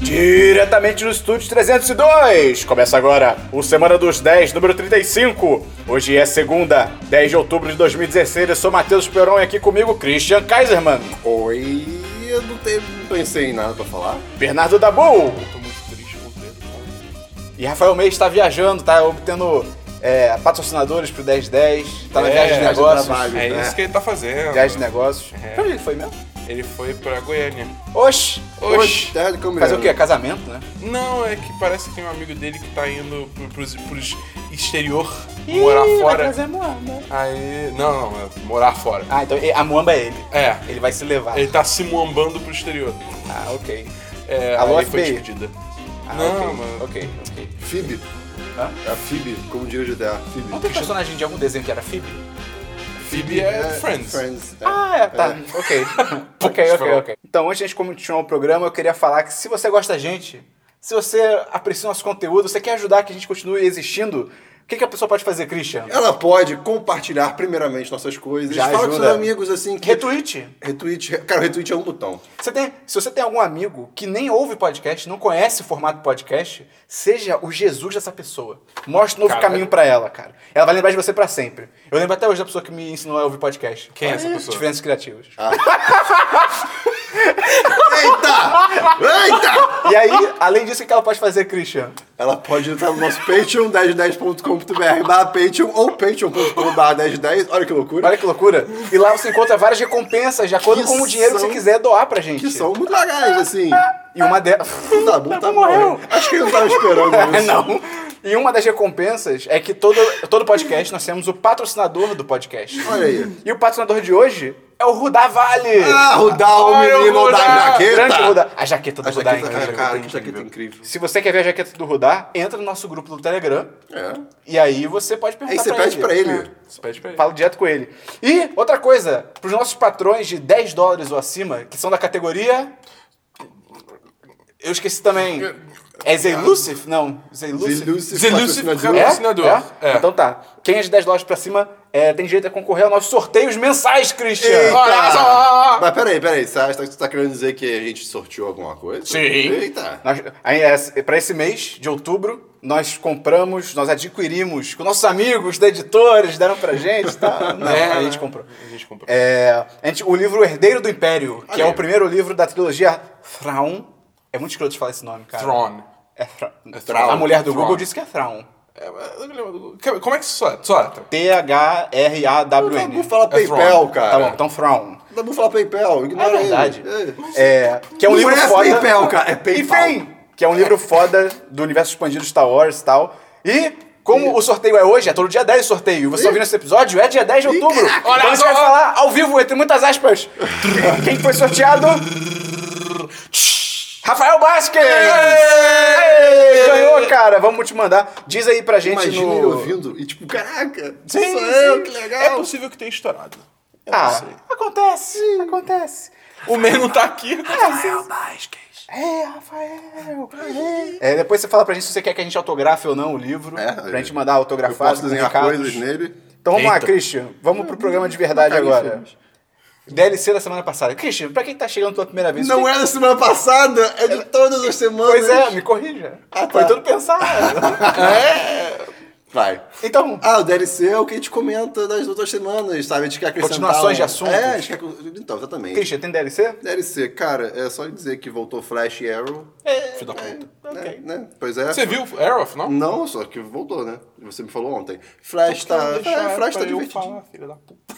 diretamente do estúdio 302. Começa agora o Semana dos 10, número 35. Hoje é segunda, 10 de outubro de 2016. Eu sou Matheus Peron e aqui comigo Christian Kaiserman, Oi, eu não, te- não pensei em nada pra falar. Bernardo Dabu Tô muito triste com o tempo. e Rafael Meis está viajando, tá obtendo é, patrocinadores pro 1010, tá na É, viagem de viagem de negócios. trabalho. É né? isso que ele tá fazendo. Viagem de negócios. É. Pra onde ele foi mesmo? Ele foi pra Goiânia. Oxi! Oxi! Terra é, de Cambriano. Fazer o quê? Casamento, né? Não, é que parece que tem um amigo dele que tá indo pro, pros, pros exterior morar fora. Aí. Não, não, é morar fora. Ah, então a Muamba é ele. É. Ele vai se levar. Ele tá se muambando pro exterior. Ah, ok. É, Alô, aí foi FBI? despedida. Ah, não, ok, mano. Ok, ok. Phoebe. Hã? É a Phoebe, como diria o GTA. Phoebe. Não tem personagem de algum desenho que era Phoebe? Phoebe é, Friends. Friends. é. Ah, é, tá. Ok. ok, ok, Pronto. ok. Então, antes de a gente continuar o programa, eu queria falar que se você gosta da gente, se você aprecia o nosso conteúdo, você quer ajudar que a gente continue existindo, o que, que a pessoa pode fazer, Christian? Ela pode compartilhar primeiramente nossas coisas. Já Fala com ajuda. seus amigos assim. Que... Retweet. Retweet. Cara, retweet é um botão. Você tem, se você tem algum amigo que nem ouve podcast, não conhece o formato podcast, seja o Jesus dessa pessoa. Mostre um novo Cara, caminho pra ela, cara. Ela vai lembrar de você pra sempre. Eu lembro até hoje da pessoa que me ensinou a ouvir podcast. Quem é essa pessoa? Diferenças criativas. Eita! Eita! E aí, além disso, o que ela pode fazer, Christian? Ela pode entrar no nosso Patreon, 1010.com.br barra Patreon ou patreon.com.br 1010. Olha que loucura. Olha que loucura. E lá você encontra várias recompensas de acordo Que com o dinheiro que são- você quiser doar pra gente. Que são muito legais, assim. E uma delas. O Dabu tá morrendo. Acho que ele não tava esperando isso. É, Não. E uma das recompensas é que todo, todo podcast nós temos o patrocinador do podcast. Olha aí. E o patrocinador de hoje é o Rudá Vale. Ah, Rudá, o Olha o menino da Rudá. jaqueta. Grande Rudá. A jaqueta do A Rudá, jaqueta, incrível. cara, que jaqueta incrível. Se você quer ver a jaqueta do Rudá, entra no nosso grupo do Telegram. É. E aí você pode perguntar Aí você pra pede pra ele. Você pede pra ele. Falo direto com ele. E outra coisa, pros nossos patrões de 10 dólares ou acima, que são da categoria. Eu esqueci também. É Zelusif? Não. Zelusif. Zelusif, Zelusif, patrocinador. cara. Patrocinador. É? É. Então tá. Quem é de 10 dólares pra cima é, tem direito a concorrer aos nossos sorteios mensais, Christian. Eita! Olha só! Mas peraí, peraí, você acha que você tá querendo dizer que a gente sorteou alguma coisa? Sim. Eita! Nós, aí, é, pra esse mês de outubro, nós compramos, nós adquirimos, com nossos amigos da editores deram pra gente, tá? Não, É, a gente comprou. A gente comprou. É, a gente- o livro Herdeiro do Império, que é aí. o primeiro livro da trilogia Thrawn. É muito escroto de falar esse nome, cara. Throne. É Thra- Thrawn. A mulher do Thrawn. Google disse que é Thrawn. É, mas eu não lembro do- Como é que se soa? Soa. O Dabu T-H-R-A-W-N. fala PayPal, Throne. Tá bom, cara. então Thrawn. O Dabu fala PayPal, É ignora verdade. ele. É, que é um Não livro é foda. PayPal, cara, é PayPal. Enfim, que é um livro foda do universo expandido Star Wars e tal. E como o sorteio é hoje, é todo dia 10 o sorteio, e você ouvindo esse episódio, é dia 10 de outubro. caraca. Então a gente vai Olha só. falar ao vivo, entre muitas aspas, quem foi sorteado? Rafael Basques! É Aê, Ganhou, cara. Vamos te mandar. Diz aí pra gente Imagina no... ele ouvindo e tipo, caraca, Sim, sou eu, sim. que É legal. possível que tenha estourado. Eu não Ah, sei. acontece, acontece. O Mer não tá aqui. Rafael Basques. É, Rafael. É, depois você fala pra gente se você quer que a gente autografe ou não o livro. É, pra gente mandar Eu autografado. posso com desenhar recados. coisas nele. Tá Então vamos lá, Eita. Christian. Vamos pro programa de verdade Caguei agora. filmes. DLC da semana passada. Christian, pra quem tá chegando pela primeira vez... Não o que- é da semana passada, é de todas as semanas. Pois é, me corrija. Ah, tá. É? Foi tudo pensado. Vai. então, Ah, o DLC é o que a gente comenta das outras semanas, sabe? A gente quer acrescentar... Continuações um- de assuntos. É, a gente quer... Então, exatamente. Christian, tem DLC? DLC, cara, é só dizer que voltou Flash e Arrow. Filho da puta. né, né? Pois é. Você viu Arrow, não? Não, só que voltou, né? Você me falou ontem. Flash tá. É, Flash tá divertido. filha da puta.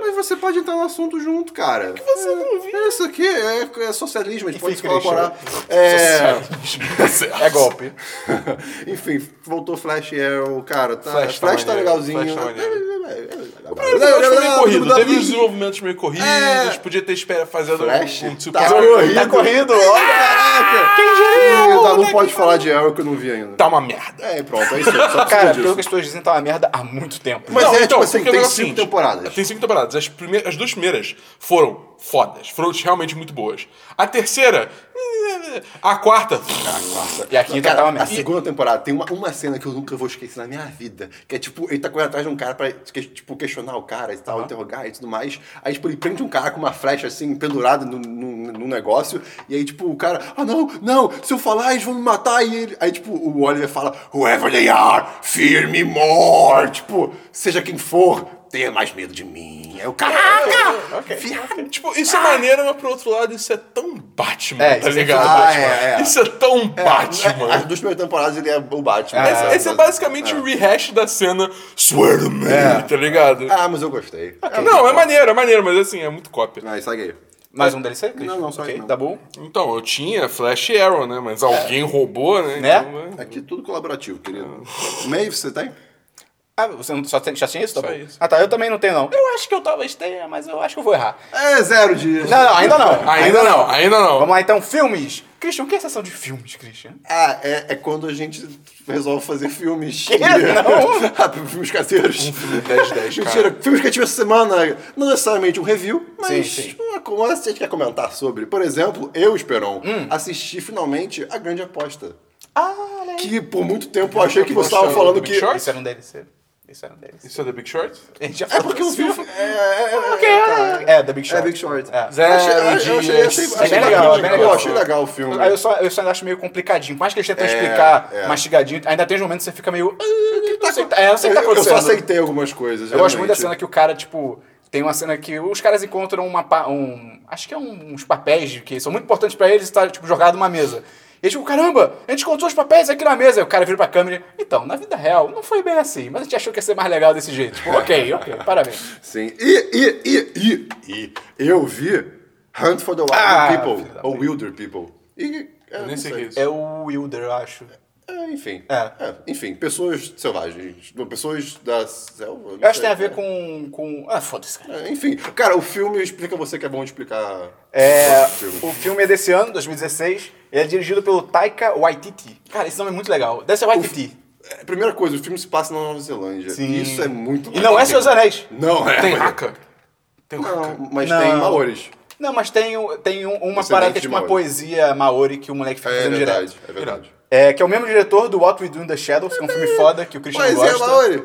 Mas você pode entrar no assunto junto, cara. Você não viu. Isso aqui é, é socialismo, a gente pode Enfim, colaborar. É... É golpe. Enfim, voltou Flash e Arrow, cara. Tá... Flash Flash, tá tá, maneiro, legalzinho. Flash tá maneiro. É, é, é, é, é, Eu acho que foi meio corrido. é, Teve é, uns desenvolvimentos meio corridos. É. Podia ter espera fazendo Flash? um, um super. Tá Tá corrido. corrido, olha. Caraca! Quem diria? Tá, não pode falar de Arrow que eu não vi ainda. Tá uma merda. É, pronto, é isso. aí, Só Cara, preciso disso. pelo que as pessoas dizem, tá uma merda há muito tempo. Mas é, tipo assim, porque tem o negócio é o cinco temporadas. Tem cinco temporadas. As, primeiras, as duas primeiras foram fodas. Foram realmente muito boas. A terceira. eh, A quarta. E a quinta Cara, tá uma a merda. segunda temporada tem uma, uma cena que eu nunca vou esquecer na minha vida. Que é tipo, ele tá correndo atrás de um cara pra que- tipo, questionar o cara e tal, interrogar e tudo mais. Aí, tipo, ele prende um cara com uma flecha, assim, pendurada num, num, num negócio. E aí, tipo, o cara, ah, não, não, se eu falar, eles vão me matar. E ele... Aí, tipo, o Oliver fala, whoever they are, fear me more. Tipo, seja quem for, tenha mais medo de mim. É o caraca! Ok. Viado. Tipo, isso é maneiro, mas por outro lado, isso é tão Batman, É, tá isso é ligado? tão Batman. Ah, é, é. Isso é tão É, Batman. As duas primeiras temporadas ele é o Batman. Esse, esse é basicamente Ah. o rehash da cena Swear to me, tá ligado? Ah, mas eu gostei. Não, é maneiro, é maneiro, mas assim, é muito cópia. Não, segue aí. Mais um DLC, Christian? Não, não, só Ok, aí, não. Tá bom? Então, eu tinha Flash e Arrow, né? É. Mas alguém roubou, né? Né? Então, é. Aqui tudo colaborativo, querido. Meio você tem? Ah, você não, só, tem, já tinha isso? Tá Só bom. isso. Ah, tá. Eu também não tenho, não. Eu acho que eu talvez tenha, mas eu acho que eu vou errar. É zero dias. Não, não, ainda não. Ainda não, ainda não. Vamos lá, então. Filmes. Christian, o que é sessão de filmes, Christian? Ah, é, é quando a gente resolve fazer filmes. Não. ah, filmes caseiros. filme 10-10, cara. Mentira, filmes que eu tive essa semana, não necessariamente um review, mas Sim, sim. uma coisa que a gente quer comentar sobre. Por exemplo, eu, Esperon, assisti finalmente A Grande Aposta. Ah, olha aí. Que por muito tempo eu achei que você Aposta estava do falando Big que. Short? Isso era um DLC. Isso era um DLC. Isso é The Big Short? A gente já É falou porque eu disso. vi. o fi- É, é, é, Ok, é, é, The Big Short. É Big Short. É. Eu achei, eu achei, eu achei, achei, É achei bem bacana, legal, é bem eu legal. achei legal o filme. Aí eu só, eu só acho meio complicadinho. Por mais que eles tentem explicar é. mastigadinho, ainda tem uns momentos que você fica meio. "Ah, o que tá acon-" É, eu sei o que tá Eu- eu acontecendo. só aceitei algumas coisas. Eu gosto muito da realmente. cena que o cara, tipo. Tem uma cena que os caras encontram uma, pa- um. Acho que é um- uns papéis que são muito importantes pra eles e tá, tipo, jogado numa mesa. E eles tipo, caramba, a gente encontrou os papéis aqui na mesa. Aí o cara vira pra câmera e. Então, na vida real, não foi bem assim, mas a gente achou que ia ser mais legal desse jeito. Tipo, ok, ok, parabéns. Sim. E, e, e, e, e eu vi Hunt for the Wild Ah, People, filho da ou Wilder People. E, é, Eu não nem sei o que é isso. É o Wilder, eu acho. É, enfim. É. É, enfim, pessoas selvagens. pessoas da selva. não Eu acho que tem sei. a ver com. com... Ah, foda-se, cara. É, enfim, cara, o filme explica você que é bom de explicar. É, o filme. o filme é desse ano, 2016. Ele é dirigido pelo Taika Waititi. Cara, esse nome é muito legal. Deve ser Waititi. É, Primeira coisa, o filme se passa na Nova Zelândia. Sim. E isso é muito E não é Seus Anéis. Não, é. Tem mas- Haka? Tem um Não, Haka? mas Não. tem valores. Não, mas tem, o- tem um- uma Descendente parada que é de tipo uma Maori. poesia maori que o moleque fica É Tá fazendo verdade, direto. é verdade. É, que é o mesmo diretor do What We Do in the Shadows, que é um filme foda que o Christian Mas é gosta. Maori.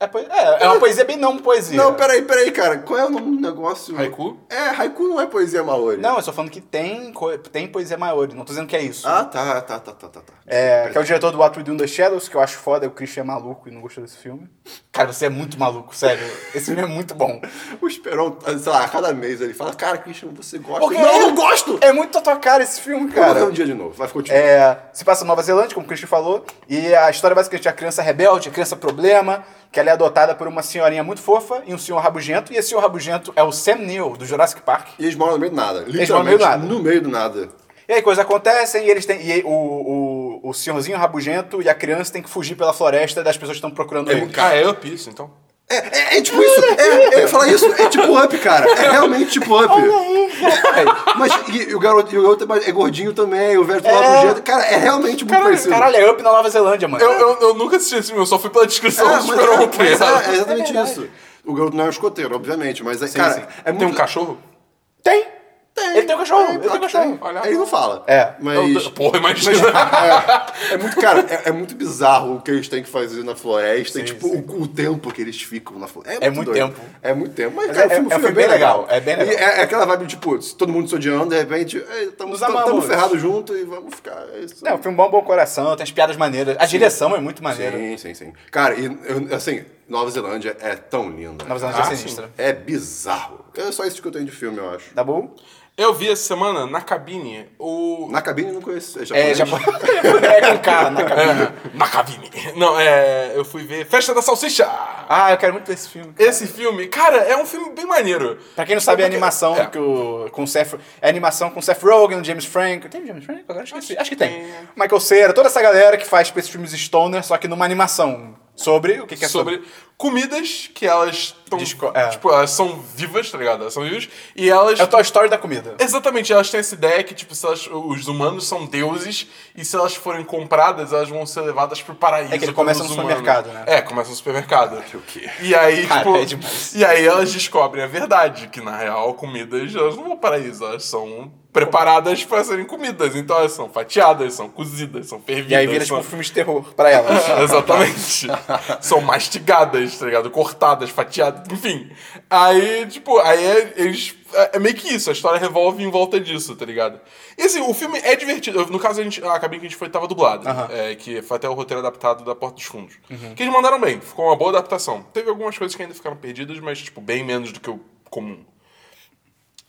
É, poe- é, é uma poesia bem não poesia. Não, peraí, peraí, cara. Qual é o nome do negócio? Haiku? É, haiku não é poesia maori. Não, eu só falando que tem, co- tem poesia maori, não tô dizendo que é isso. Ah, tá, tá, tá, tá, tá. tá. É, que é o diretor do What We Do in the Shadows, que eu acho foda, o Christian é maluco e não gostou desse filme. Cara, você é muito maluco, sério. Esse filme é muito bom. O Esperon, sei lá, a cada mês ele fala, cara, Christian, você gosta. Porque não, é- não gosto! É muito a tua cara esse filme, Cara, cara. um dia de novo, vai continuar. É, se passa na Nova Zelândia, como o Christian falou, e a história basicamente é a criança rebelde, a criança problema, que ela é adotada por uma senhorinha muito fofa e um senhor rabugento, e esse senhor rabugento é o Sam Neill, do Jurassic Park. E eles moram no meio do nada. Literalmente, moram no meio do nada. no meio do nada. E aí coisas acontecem, e eles têm. E aí, o, o, o senhorzinho rabugento e a criança têm que fugir pela floresta das pessoas que estão procurando um eles. Ah, é Up isso, então. É, é, é tipo isso, é, eu ia falar isso, é tipo up, cara. É realmente tipo up. Mas e, e o garoto, e o garoto é mais- é gordinho também, o velho do lado do jeito. Cara, é realmente muito Caralho, parecido. caralho, é up na Nova Zelândia, mano. Eu, eu, eu nunca assisti esse filme, eu só fui pela descrição É, do mas, é, Super mas é, é Homem. exatamente isso. O garoto não é um escoteiro, obviamente, mas é, cara, sim. é muito... Tem um cachorro? Tem! Tem. Ele tem um cachorro, ele tem pior um que cachorro. tem. Olha Ele não lá. fala. É. Mas... Porra, imagina. É, é muito, cara, é, é muito bizarro o que eles têm que fazer na floresta e, tipo, O, o tempo que eles ficam na floresta. É muito doido. tempo. É muito tempo. Mas, Mas é- cara, o filme, é um o filme é bem legal. é bem legal. E é, é aquela vibe, tipo, se todo mundo se odiando, de repente, Nos estamos amamos. ferrados junto e vamos ficar. É isso. É, o filme bom, bom coração, tem as piadas maneiras. A direção é muito maneira. sim, sim, sim. Cara, e eu- assim, Nova Zelândia é tão linda. Nova Zelândia Ah, é sim. sinistra. É bizarro. É só isso que eu tenho de filme, eu acho. Tá bom? Eu vi essa semana, na cabine, o... Na cabine eu não conheço. É É, japonês? já É com cara na cabeça. É, na cabine. Não, é... Eu fui ver Festa da Salsicha. Ah, eu quero muito ver esse filme. Esse filme, cara, é um filme bem maneiro. Pra quem não sabe, é a animação É. que o, com o Seth... É a animação com o Seth Rogen, o James Franco... Tem o James Franco? Agora esqueci. Acho, que tem. Michael Cera, toda essa galera que faz pra esses filmes stoner, só que numa animação. Sobre... O que, que é sobre? sobre comidas que elas estão. Disco- é. Tipo, elas são vivas, tá ligado? Elas são vivas. E elas. É o Toy Story da comida. Exatamente, elas têm essa ideia que, tipo, se elas, os humanos são deuses e se elas forem compradas, elas vão ser levadas pro paraíso. É que ele começa pelos no humanos. supermercado, né? É, começa no supermercado. o quê? E aí, Cara, tipo. é demais. e aí elas descobrem a verdade, que na real, comidas, elas não vão pro paraíso, elas são preparadas para serem comidas. Então elas são fatiadas, são cozidas, são fervidas. E aí vira tipo são... um filme de terror pra elas. Exatamente. São mastigadas, tá ligado? Cortadas, fatiadas, enfim. Aí, tipo, aí é, eles. É meio que isso, a história revolve em volta disso, tá ligado? E assim, o filme é divertido. Eu- no caso, a gente. A cabine que a gente foi tava dublado. é, que foi até o roteiro adaptado da Porta dos Fundos. Que eles mandaram bem, ficou uma boa adaptação. Teve algumas coisas que ainda ficaram perdidas, mas, tipo, bem menos do que o comum.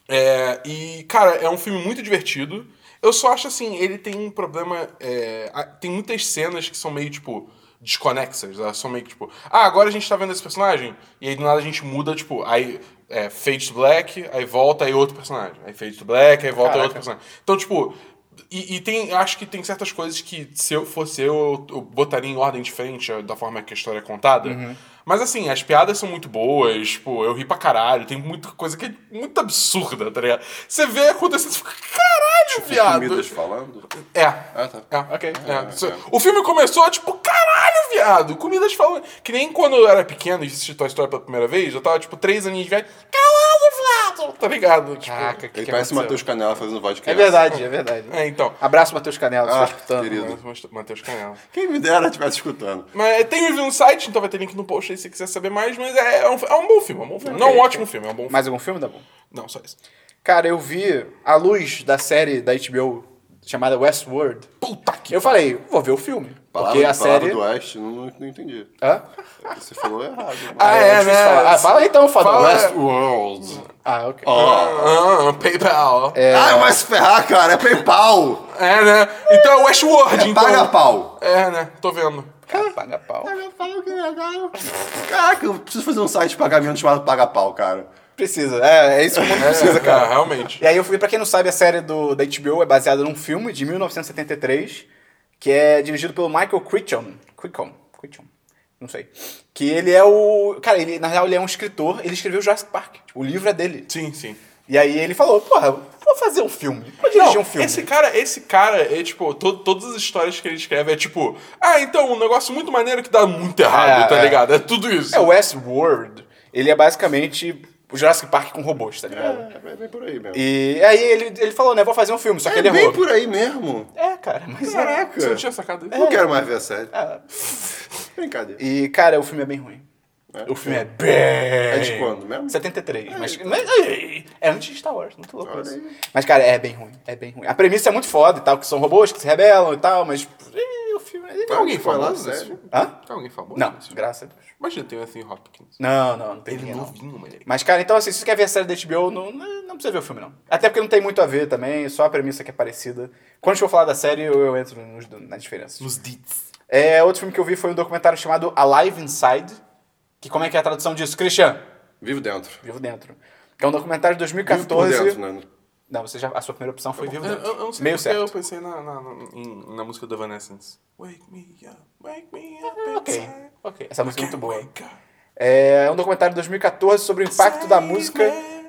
É, e, cara, é um filme muito divertido. Eu só acho assim, ele tem um problema. é, a- tem muitas cenas que são meio tipo. desconexas. Elas são meio que tipo. Ah, agora a gente tá vendo esse personagem. E aí do nada a gente muda, tipo. Aí é, fade to black, aí volta, aí outro personagem. Aí fade to black, aí volta, aí outro personagem. Então, tipo. E, e tem, eu acho que tem certas coisas que, se eu fosse eu, eu botaria em ordem diferente eh, da forma que a história é contada. Mas assim, as piadas são muito boas, tipo, eu ri pra caralho, tem muita coisa que é muito absurda, tá ligado? Você vê acontecendo, você fica, caralho, Comidas viado! falando. É. Ah, tá. É, Ok. é. Ah, So- tá. O filme começou, tipo, caralho, viado! Comidas falando. Que nem quando eu era pequeno e assisti Toy Story pela primeira vez, eu tava, tipo, três aninhos de velho. Caralho, viado! Tá ligado? Tipo, Caraca, que Ele que parece aconteceu? o Matheus Canela fazendo voz de É criança. verdade, é verdade. É, então. Abraço, Matheus Canela, se Ah, tá escutando. querido. Matheus Canhão. Quem me dera estivesse escutando. Mas é, tem review no site, então vai ter link no post aí se você quiser saber mais, mas é, é um, é um bom filme, é um bom filme. Não é um ótimo filme, é um bom filme. Mais algum filme, Dabu? Não, só isso. Cara, eu vi a luz da série da HBO chamada Westworld. Puta que Eu falei, vou ver o filme. Palavra, porque a palavra série. do Oeste, não, não, não entendi. Hã? Você falou errado. Ah, é, difícil né? falar. Ah, fala então, Fadão. Fala- West- Westworld. Ah, ok. Ah, PayPal. É. Ah, vai se ferrar, cara. É PayPal. né? Então é Westworld, É então. paga pau. É, né? Tô vendo. Cara, paga pau. Paga pau, que legal. Caraca, eu preciso fazer um site de pagamento chamado Paga Pau, cara. Precisa, é, é isso que o mundo precisa, cara. É, realmente. E aí eu fui, pra quem não sabe, a série do, da HBO é baseada num filme de 1973, que é dirigido pelo Michael Crichton. Crichton, Crichton, não sei. Que ele é o... Cara, ele, na real ele é um escritor, ele escreveu Jurassic Park. Tipo, o livro é dele. Sim, sim. E aí ele falou, porra, vou fazer um filme. Vou dirigir um filme. Esse cara, esse cara, é tipo, to- todas as histórias que ele escreve é tipo, ah, então, um negócio muito maneiro que dá muito errado, É, tá é. ligado? É tudo isso. É, o Westworld, ele é basicamente o Jurassic Park com robôs, tá ligado? É, é bem por aí mesmo. E aí ele, ele falou, né, vou fazer um filme, só que É ele bem errou. por aí mesmo. É, cara, É, mas é. Caraca. Você não tinha sacado isso? Não quero mais ver a série. Brincadeira. E, cara, o filme é bem ruim. É? O filme é bem... É de quando mesmo? 73, É mas, mas ei, é antes de Star Wars, muito louco Olha isso. aí. Mas, cara, é bem ruim, é bem ruim. A premissa é muito foda e tal, que são robôs que se rebelam e tal, mas... ih, o filme... ih, Tá. Alguém Foi lá, famoso nesse sério? filme? Hã? Tem alguém famoso? Não, nesse filme? graças a Deus. Imagina, tem o Anthony Hopkins. Não, não, não tem Ele é ninguém, não. novinho, moleque. Mas, cara, então assim, se você quer ver a série da HBO, não, não não precisa ver o filme, não. Até porque não tem muito a ver também, só a premissa que é parecida. Quando a gente for falar da série, eu, eu entro nos- nas diferenças. Nos deeds. É, outro filme que eu vi foi um documentário chamado Alive Inside, que como é que é a tradução disso? Christian, Vivo dentro. Vivo Dentro. Que é um documentário de Vivo por 2014... dentro, né? Não, você já, a sua primeira opção foi Vivo Eu, Dentro. eu- eu não sei Meio porque certo. eu pensei na, na, na, em- na música do Evanescence. Wake me up, wake me up Ah, Ok, inside. ok. Essa música é muito Can't boa. wake up. É um documentário de 2014 sobre o impacto da Save música me.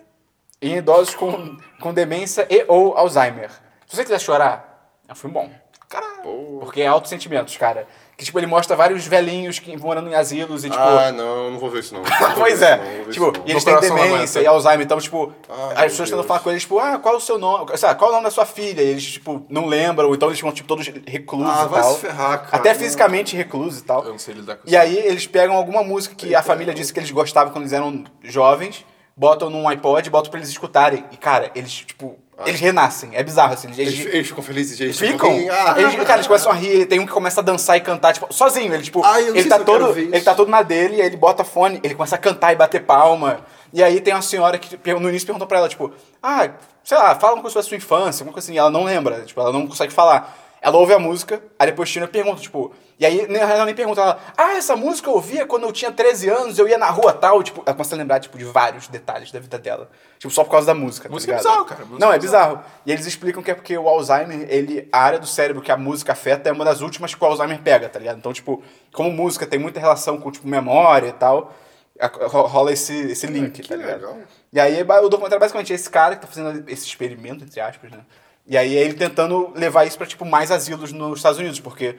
em idosos com, com demência e ou Alzheimer. Se você quiser chorar, é um filme bom. Caralho. Porque é altos sentimentos, cara. Que, tipo, ele mostra vários velhinhos que morando em asilos e, tipo... Ah, não, eu não vou ver isso não. pois é. Tipo, e eles têm coração não aguenta. demência e Alzheimer. Então, tipo, Ah, as meu pessoas Deus. tentam falar com eles, tipo, ah, qual é o seu nome? Sabe, qual é o nome da sua filha? E eles, tipo, não lembram. Então, eles ficam, tipo, todos reclusos Ah, e vai tal. se ferrar, cara. Até fisicamente reclusos e tal. Eu não sei lidar com E aí eles pegam alguma música que a família disse que eles gostavam quando eles eram jovens, botam num iPod, botam pra eles escutarem. E, cara, eles, tipo, eles renascem. É bizarro, assim. Eles, Eles, eles ficam Ah. felizes, gente. ficam. Eles, cara, eles começam a rir, tem um que começa a dançar e cantar, tipo, sozinho. Ele, tipo, Ah, eu não sei ele tá se eu quero todo. ver isso. Ele tá todo na dele, aí ele bota fone, ele começa a cantar e bater palma. E aí tem uma senhora que per- no início perguntou pra ela, tipo, ah, sei lá, fala uma coisa sobre a sua infância, alguma coisa assim. E ela não lembra, tipo, ela não consegue falar. Ela ouve a música, aí depois Tina pergunta, tipo, e aí nem- ela nem pergunta, ela, ah, essa música eu ouvia quando eu tinha 13 anos, eu ia na rua tal, tipo, ela começa a lembrar, tipo, de vários detalhes da vida dela. Tipo, só por causa da música. tá Música é ligado? bizarro, cara. Música Não, é é bizarro. E eles explicam que é porque o Alzheimer, ele, a área do cérebro que a música afeta é uma das últimas que o Alzheimer pega, tá ligado? Então, tipo, como música tem muita relação com, tipo, memória e tal, a- ro- rola esse, esse link, que tá ligado? legal. E aí ba- o documentário é basicamente esse cara que tá fazendo esse experimento, entre aspas, né? E aí é ele tentando levar isso pra, tipo, mais asilos nos Estados Unidos, porque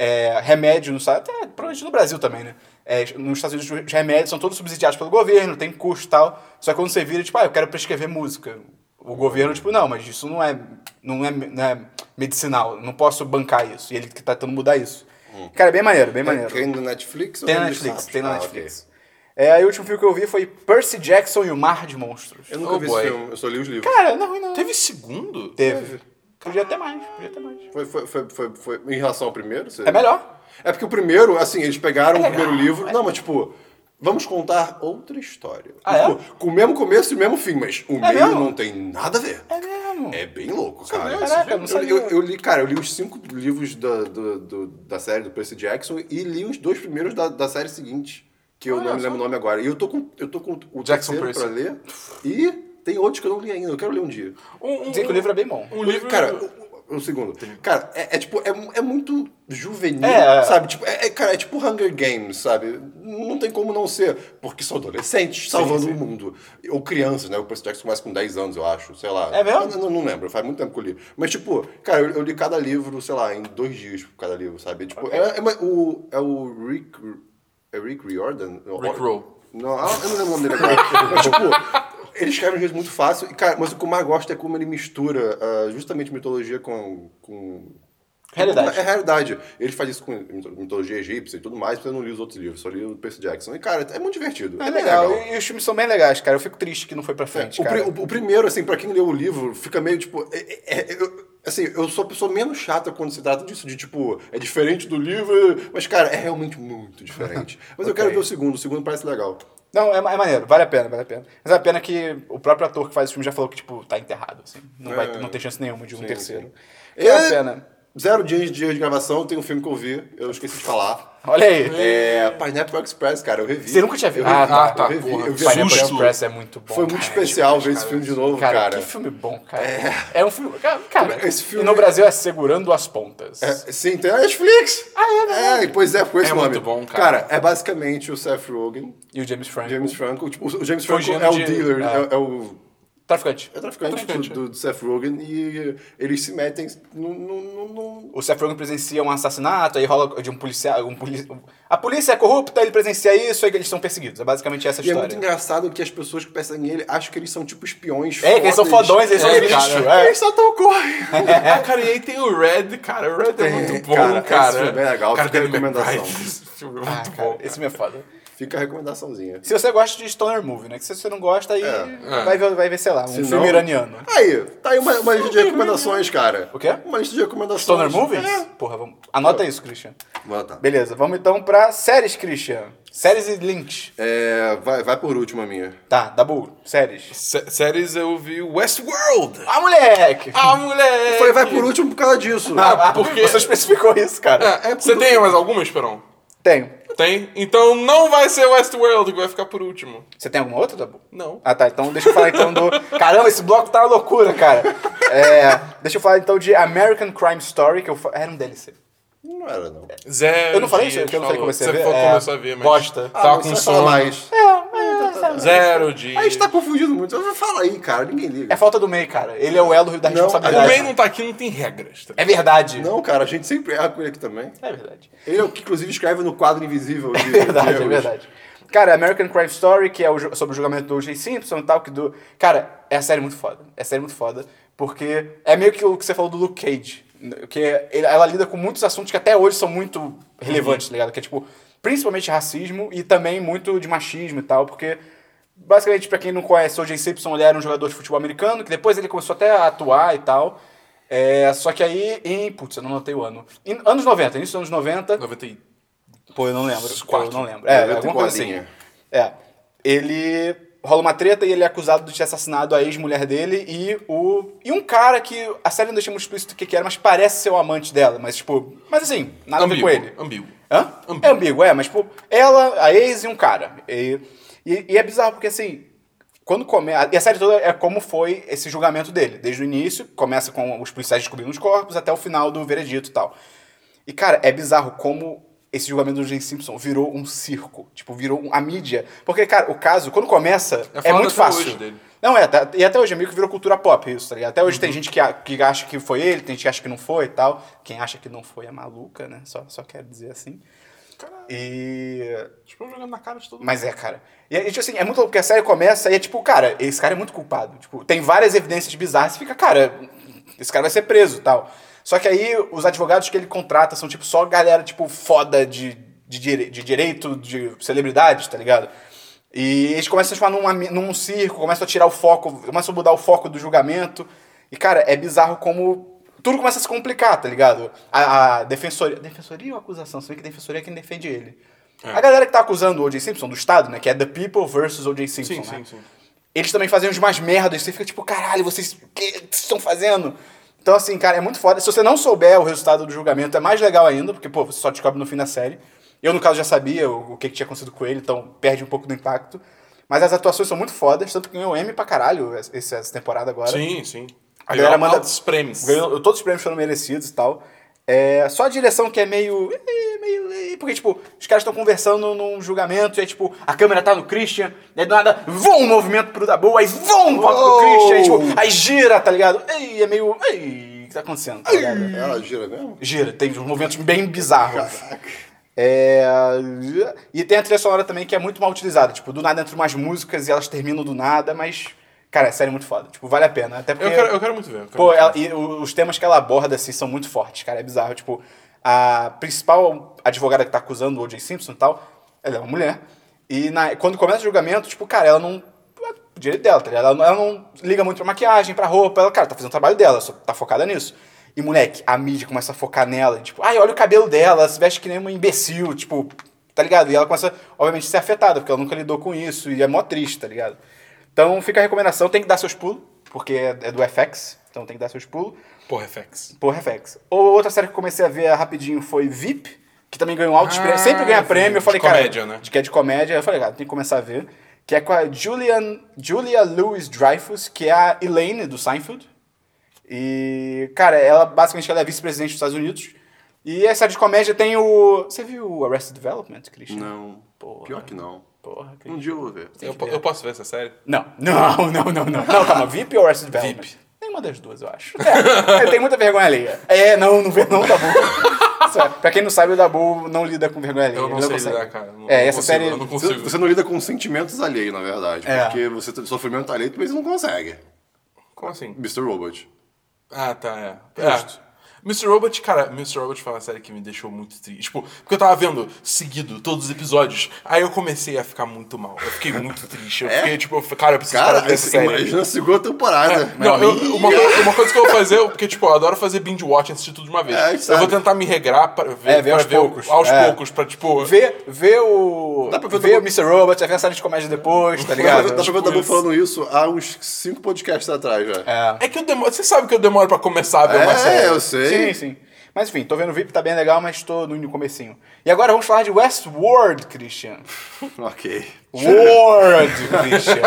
é, remédio, no, até provavelmente no Brasil também, né? É, nos Estados Unidos os remédios são todos subsidiados pelo governo, tem custo e tal. Só que quando você vira, tipo, ah, eu quero prescrever música. O governo, tipo, não, mas isso não é, não é, não é medicinal, não posso bancar isso. E ele que tá tentando mudar isso. Cara, é bem maneiro, bem maneiro. Tem no Netflix? Tem ou na no Netflix, Disney? tem na Ah, ok. Netflix. É, aí o último filme que eu vi foi Percy Jackson e o Mar de Monstros. Eu nunca Oh, vi boy. esse filme, eu só li os livros. Cara, não é ruim não. Teve segundo? Teve. Podia ter mais, podia ter mais. Foi, foi, foi, foi, foi- em relação ao primeiro? você- É melhor. É porque o primeiro, assim, eles pegaram o primeiro legal, livro. Não, mas tipo, vamos contar outra história. Ah, é? Tipo, Com o mesmo começo e o mesmo fim, mas o meio mesmo? não tem nada a ver. É mesmo. É bem louco, cara. viu esse Caraca, filme? não eu, sabia. eu- eu li, cara, eu li os cinco livros da, do- do- da série do Percy Jackson e li os dois primeiros da, da série seguinte, que eu não me lembro o nome agora. E eu tô com, eu tô com o Jackson terceiro pra ler e tem outros que eu não li ainda. Eu quero ler um dia. Um, um, Dizem que o livro é bem bom. Um livro... Cara, o, o- o segundo. Cara, é, é tipo, é, mu- é muito juvenil, É, é. sabe? Tipo, é, é, cara, é tipo Hunger Games, sabe? Não tem como não ser, porque são adolescentes salvando o mundo. Ou crianças, né? O Percy Jackson começa com 10 anos, eu acho, sei lá. É mesmo? Eu Não, não lembro, faz muito tempo que eu li. Mas, tipo, cara, eu, eu li cada livro, sei lá, em dois dias por cada livro, sabe? Tipo, é, é uma- o, é o Rick... É Rick Riordan? Rick Roll. Não, ah, eu não lembro o nome dele agora. mas, tipo, ele escreve um jeito muito fácil. E, cara, mas o que eu mais gosto é como ele mistura ah, justamente mitologia com. com... Realidade. É realidade. Ele faz isso com mito- mitologia egípcia e tudo mais, porque eu não li os outros livros, só li o Percy Jackson. E, cara, é muito divertido. É bem legal. E os filmes são bem legais, cara. Eu fico triste que não foi pra frente, o, pri- cara. o- o primeiro, assim, pra quem leu o livro, fica meio tipo. é- é- é- eu- assim, eu sou a pessoa menos chata quando se trata disso, de tipo, é diferente do livro, mas, cara, é realmente muito diferente. Mas eu quero ver o segundo, o segundo parece legal. Não, é, ma- é maneiro, vale a pena, vale a pena. Mas é a pena que o próprio ator que faz o filme já falou que, tipo, tá enterrado, assim. Não, vai, É. não tem chance nenhuma de um Sim, terceiro. sim. É É. uma pena. Zero dias dias de gravação, tem um filme que eu vi, eu esqueci de falar. Olha aí. É Pineapple Express, cara, eu revi. Você nunca tinha visto? Eu revi, Ah, tá, tá, eu revi, porra. eu vi Pineapple Pineapple Express. Susto. Express é muito bom. Foi muito cara. especial ver esse filme de novo, Cara, cara. que filme bom, cara. É, um filme. Cara, cara, Esse filme- E no Brasil é Segurando as Pontas. É, sim, tem a Netflix. Ah, é, é, pois é, foi esse É nome. muito bom, cara. é basicamente o Seth Rogen, E o James Franco. James Franco. Tipo, o James Franco Fugindo é o de- dealer, é. é, é o Traficante. é o traficante, Traficante, do, do Seth Rogen e eles se metem num- num- num- O Seth Rogen presencia um assassinato, aí rola de um policial. Um poli... A polícia é corrupta, ele presencia isso, aí eles são perseguidos. É basicamente essa E é história. muito engraçado que as pessoas que perseguem ele acham que eles são tipo espiões. É, que eles são fodões, eles são É, os bichos. cara. é. Eles só tão correndo. Ah, cara, e aí tem o Red, cara. O Red é, É, muito bom, cara, cara. esse filme é legal, Cara, fica a Danny recomendação. McBride, Esse filme é Ah, muito cara, bom. Esse me é foda. Fica a recomendaçãozinha. Se você gosta de Stoner Movie, né? Que se você não gosta, aí É, é. Vai, ver, vai ver, sei lá, um Se filme não- iraniano. Aí, tá aí uma, uma lista de recomendações, cara. O quê? Uma lista de recomendações. Stoner Movies? É. Porra, vamos... anota isso, Christian. Bora, tá. Beleza, vamos então pra séries, Christian. Séries e links. É, vai, vai por último a minha. Tá, Dabu, séries. Sé- Séries eu vi Westworld. Ah, moleque! Ah, moleque! É, Eu falei, vai por último por causa disso. Ah, porque... Você especificou isso, cara. é porque Você eu- tem mais alguma, Esperão? Tenho. Tem? Então não vai ser Westworld que vai ficar por último. Você tem alguma outra, Dabu? Não. Ah, tá. Então deixa eu falar então do. Caramba, esse bloco tá uma loucura, cara. É, deixa eu falar então de American Crime Story, que eu. fa- Era um DLC. Não era, não. Zero Eu não falei dias, isso? Que eu não falei que eu comecei a ver? Você falou que É, começou a ver, mas... bosta. Tá Ah, Tava mas com você vai falar sono. É, mais. tá Zero dias. A gente tá confundindo muito. Mas Fala aí, cara. Ninguém liga. É falta do MEI, cara. Ele é o elo da Não, responsabilidade. O May não tá aqui, não tem regras. tá? É verdade. Não, cara. A gente sempre erra com ele aqui também. É verdade. Ele é o que, inclusive, escreve no quadro invisível. de- É verdade, de- é verdade. Cara, American Crime Story, que é o ju- sobre o julgamento do O.J. Simpson e tal, que do... Cara, é a série muito foda. É a série muito foda, porque é meio que o que você falou do Luke Cage. n- Que ele- ela lida com muitos assuntos que até hoje são muito relevantes, tá ligado? Que é, tipo, principalmente racismo e também muito de machismo e tal, porque... Basicamente, pra quem não conhece, o O.J. Simpson ele era um jogador de futebol americano, que depois ele começou até a atuar e tal. É, só que aí, em... Putz, eu não notei o ano. Em anos 90, início dos anos 90... 90 e... Pô, eu não lembro. Quatro. Eu não lembro. É, Eu alguma tenho coisa assim. bolinha. É. Ele rola uma treta e ele é acusado de ter assassinado a ex-mulher dele e o e um cara que a série não deixa muito explícito o que que era, mas parece ser o amante dela, mas tipo, mas assim, nada a ver com ele. Ambíguo. Ambíguo. Hã? É ambíguo, é, mas tipo, ela, a ex e um cara. E, e, e é bizarro porque assim, quando começa. E a série toda é como foi esse julgamento dele. Desde o início, começa com os policiais descobrindo os corpos até o final do veredito e tal. E cara, é bizarro como esse julgamento do Jim Simpson virou um circo. Tipo, virou um- a mídia. Porque, cara, o caso, quando começa, É é, falado muito até fácil. hoje dele. Uhum. Não, é, tá- e até hoje é meio que virou cultura pop isso, tá ligado? Até hoje tem gente que, a- que acha que foi ele, tem gente que acha que não foi e tal. Quem acha que não foi é maluca, né? Só, só quero dizer assim. E. Tipo, jogando na cara de todo mundo. Mas é, cara. E, é, tipo assim, é muito louco, porque a série começa e é tipo, cara, esse cara é muito culpado. Tipo, tem várias evidências bizarras e fica, cara, esse cara vai ser preso e tal. Só que aí os advogados que ele contrata são, tipo, só galera, tipo, foda de, de, dire- de direito, de celebridades, tá ligado? E eles começam a se transformar num, ami- num circo, começam a tirar o foco, começam a mudar o foco do julgamento. E, cara, é bizarro como. Tudo começa a se complicar, tá ligado? A, a defensoria. Defensoria ou acusação? Você vê que defensoria é quem defende ele. É. A galera que tá acusando o O.J. Simpson do Estado, né? Que é The People versus O.J. Simpson. Sim, né? sim, sim. eles também fazem os mais merdas. Você fica tipo, caralho, vocês o que vocês estão fazendo? Então, assim, cara, é muito foda. Se você não souber o resultado do julgamento, é mais legal ainda, porque, pô, você só descobre no fim da série. Eu, no caso, já sabia o, o que, que tinha acontecido com ele, então perde um pouco do impacto. Mas as atuações são muito fodas, tanto que ganhou M pra caralho essa, essa temporada agora. Sim, sim. é A galera manda- altos prêmios. Ganhou- todos os prêmios foram merecidos e tal. É, só a direção que é meio. é, meio é, porque, tipo, os caras estão conversando num julgamento, e aí, tipo, a câmera tá no Christian, e aí do nada, voa um movimento pro Dabu, aí voa um voto pro Uou! Christian, aí, tipo, aí gira, tá ligado? Ei, é meio. Ei, o que tá acontecendo? tá ligado? Ela gira mesmo? Gira, tem uns movimentos bem bizarros. É, E tem a trilha sonora também que é muito mal utilizada. Tipo, do nada entram umas músicas e elas terminam do nada, mas. Cara, é sério muito foda. Tipo, vale a pena. Até porque. Eu quero, eu quero muito ver. eu quero Pô, muito ela- e o- os temas que ela aborda, assim, são muito fortes, cara. É bizarro. Tipo, a principal advogada que tá acusando o O.J. Simpson e tal, ela é uma mulher. E na- quando começa o julgamento, tipo, cara, ela não... O direito dela, tá ligado? Ela, não- ela não liga muito pra maquiagem, pra roupa. Ela, cara, tá fazendo o trabalho dela, só tá focada nisso. E, moleque, a mídia começa a focar nela. Tipo, ai, olha o cabelo dela, ela se veste que nem uma imbecil, tipo... Tá ligado? E ela começa, obviamente, a ser afetada, porque ela nunca lidou com isso. E é mó triste, tá ligado? Então fica a recomendação, tem que dar seus pulos, porque é é do FX, então tem que dar seus pulos. ver. Porra, é FX. Por FX. Ou outra série que eu comecei a ver rapidinho foi VIP, que também ganhou altos Ah, prêmios. Sempre ganha vi. prêmio. Eu falei, De comédia, cara, né? de que é de comédia. Eu falei, cara, tem que começar a ver. Que é com a Julian, Julia Louis Dreyfus, que é a Elaine do Seinfeld. E, cara, ela basicamente ela é vice-presidente dos Estados Unidos. E essa série de comédia tem o. Você viu o Arrested Development, Christian? Não. Porra. Pior que não. Porra, Christian. Um dia eu vou ver. Eu, que po- ver. eu posso ver essa série? Não, não, não, não, não. Não, calma, VIP ou Arrested Development? VIP. Nenhuma das duas, eu acho. É, tem muita vergonha alheia. É, não, não vê não, Dabu. Sério, é, pra quem não sabe, o Dabu não lida com vergonha alheia. Eu ele não sei consegue. lidar, cara. Não- é, não essa consigo, série... Eu não Você, consigo. você não lida com sentimentos alheios, na verdade. É. Porque você tem sofrimento alheio, mas não consegue. Como assim? Mr. Robot. Ah, tá, é. é. Mr. Robot, cara, Mr. Robot foi uma série que me deixou muito triste. Tipo, porque eu tava vendo seguido todos os episódios, aí eu comecei a ficar muito mal. Eu fiquei muito triste. Eu É? fiquei, tipo, eu falei, cara, eu preciso parar de Cara, ver essa esse- série. imagina a segunda temporada. É, Não, eu- Ih, uma, coisa, uma coisa que eu vou fazer, porque, tipo, eu adoro fazer binge watch assistir tudo de uma vez. É, a gente eu vou sabe. tentar me regrar pra ver, É, ver pra aos ver o- poucos. aos É. poucos, pra, tipo. Vê, vê o... Dá pra ver o vê o Dabu- Mr. Robot, vê a série de comédia depois, tá Dá pra ligado? ver- dá pra ver o Dabu isso. falando isso há uns cinco podcasts atrás, velho. É. É que eu demoro. Você sabe que eu demoro pra começar a ver uma série. É, eu sei. Sim, sim. Mas enfim, tô vendo o VIP, tá bem legal, mas tô no no comecinho. E agora vamos falar de Westworld, Christian. Ok. Word, Christian.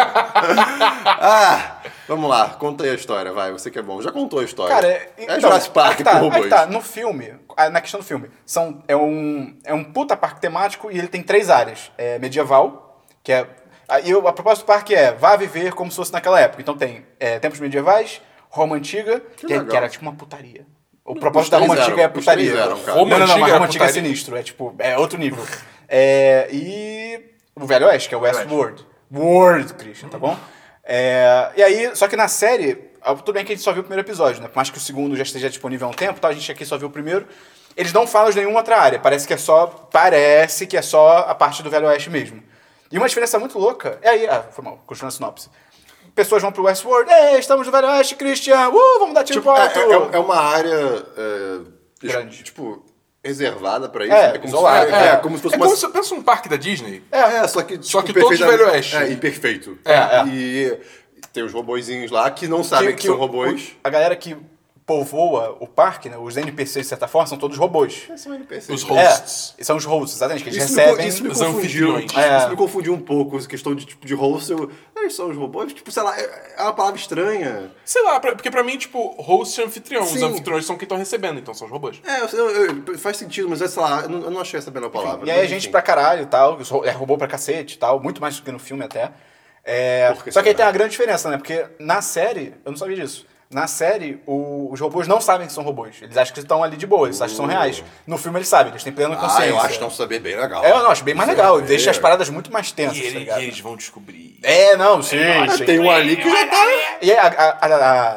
Ah, vamos lá. Conta aí a história, vai. Você que é bom. Já contou a história. Cara, é, então, Jurassic aí Park Tipo, que tá, com aí que robôs. tá, no filme, ah, na questão do filme, são, é, um, é um puta parque temático e ele tem três áreas. É medieval, que é... ah, E eu- a proposta do parque é, vá viver como se fosse naquela época. Então tem é, tempos medievais, Roma Antiga, que, é- legal. que era tipo uma putaria. O propósito da três Roma Antiga é eram, os três putaria. eram, cara. Não, não, não, Roma mas Antiga Roma era Antiga é putaria. sinistro, é tipo, é outro nível. É, e o Velho Oeste, que é o Westworld. World, Christian, tá bom? É, e aí, só que na série, ah, tudo bem que a gente só viu o primeiro episódio, né? Por mais que o segundo já esteja disponível há um tempo, tá? a gente aqui só viu o primeiro. Eles não falam de nenhuma outra área, parece que é só. Parece que é só a parte do Velho Oeste mesmo. E uma diferença muito louca. É aí, ah, foi mal, continua a sinopse. Pessoas vão pro Westworld, ei, estamos no Velho Oeste, Christian! Uh, vamos dar tiro Tipo, é, pro alto! é- é uma área... é, es- Grande. Tipo, reservada pra isso. É, como se- isolada. é, É. como se fosse É uma... como se eu penso um parque da Disney. É, é, só que... Tipo, que todos perfeitamente- Velho Oeste. É, imperfeito. É, é. E tem os robozinhos lá que não sabem Tá, que, são o- robôs. o- a galera que povoa o parque, né? Os NPCs, de certa forma, são todos robôs. São NPCs. Os É, hosts. são os hosts, exatamente, que eles Isso me, co- recebem. isso me os confundiu. anfitriões. É. Isso me confundiu um pouco, essa questão de tipo de host. Eu, eles são os robôs, tipo, sei lá, é é uma palavra estranha. Sei lá, pra- porque pra mim, tipo, host e anfitrião. Os Sim. anfitriões são quem estão recebendo, então são os robôs. É, eu- eu- eu- faz sentido, mas é, sei lá, eu não, eu não achei essa bela palavra. E aí a Mas, gente enfim. pra caralho e tal, os ro- é robô pra cacete e tal, muito mais do que no filme até. É, Por que só que aí será? tem uma grande diferença, né? Porque na série, eu não sabia disso. Na série, o- os robôs não sabem que são robôs. Eles acham que estão ali de boa, eles acham que são reais. No filme eles sabem, eles têm plena consciência. Uh. Ah, eu acho que é um saber bem legal. É, eu não, acho bem mais Isso legal. é- Deixa as paradas muito mais tensas, E, tá ele- ligado? e eles vão descobrir. É, não, sim, sim. Tem um ali que já tá... E a, a- a-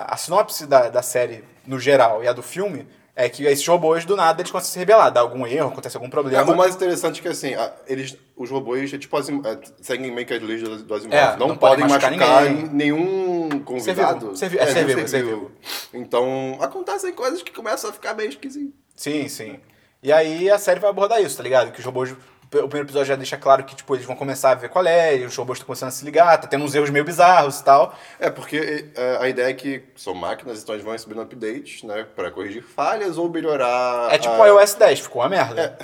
a- a sinopse da, da série, no geral, e a do filme, é que esses robôs, do nada, eles conseguem se rebelar. Dá algum erro, acontece algum É, problema. o mais interessante é que, assim, a- eles, os robôs, é tipo, as, im- é, seguem meio que as leis do, do Asimov. É, não, podem machucar, ninguém. nenhum convidado. Ser vivo, ser vi- é, ser nenhum vivo, ser Então, acontecem coisas que começam a ficar meio esquisito. Sim, sim. E aí a série vai abordar isso, tá ligado? Que os robôs. O primeiro episódio já deixa claro que, tipo, eles vão começar a ver qual é, e os robôs estão começando a se ligar, tá tendo uns erros meio bizarros e tal. É, porque é, a ideia é que são máquinas, então eles vão recebendo updates, né, pra corrigir falhas ou melhorar... É tipo a- o iOS 10, ficou uma É. merda.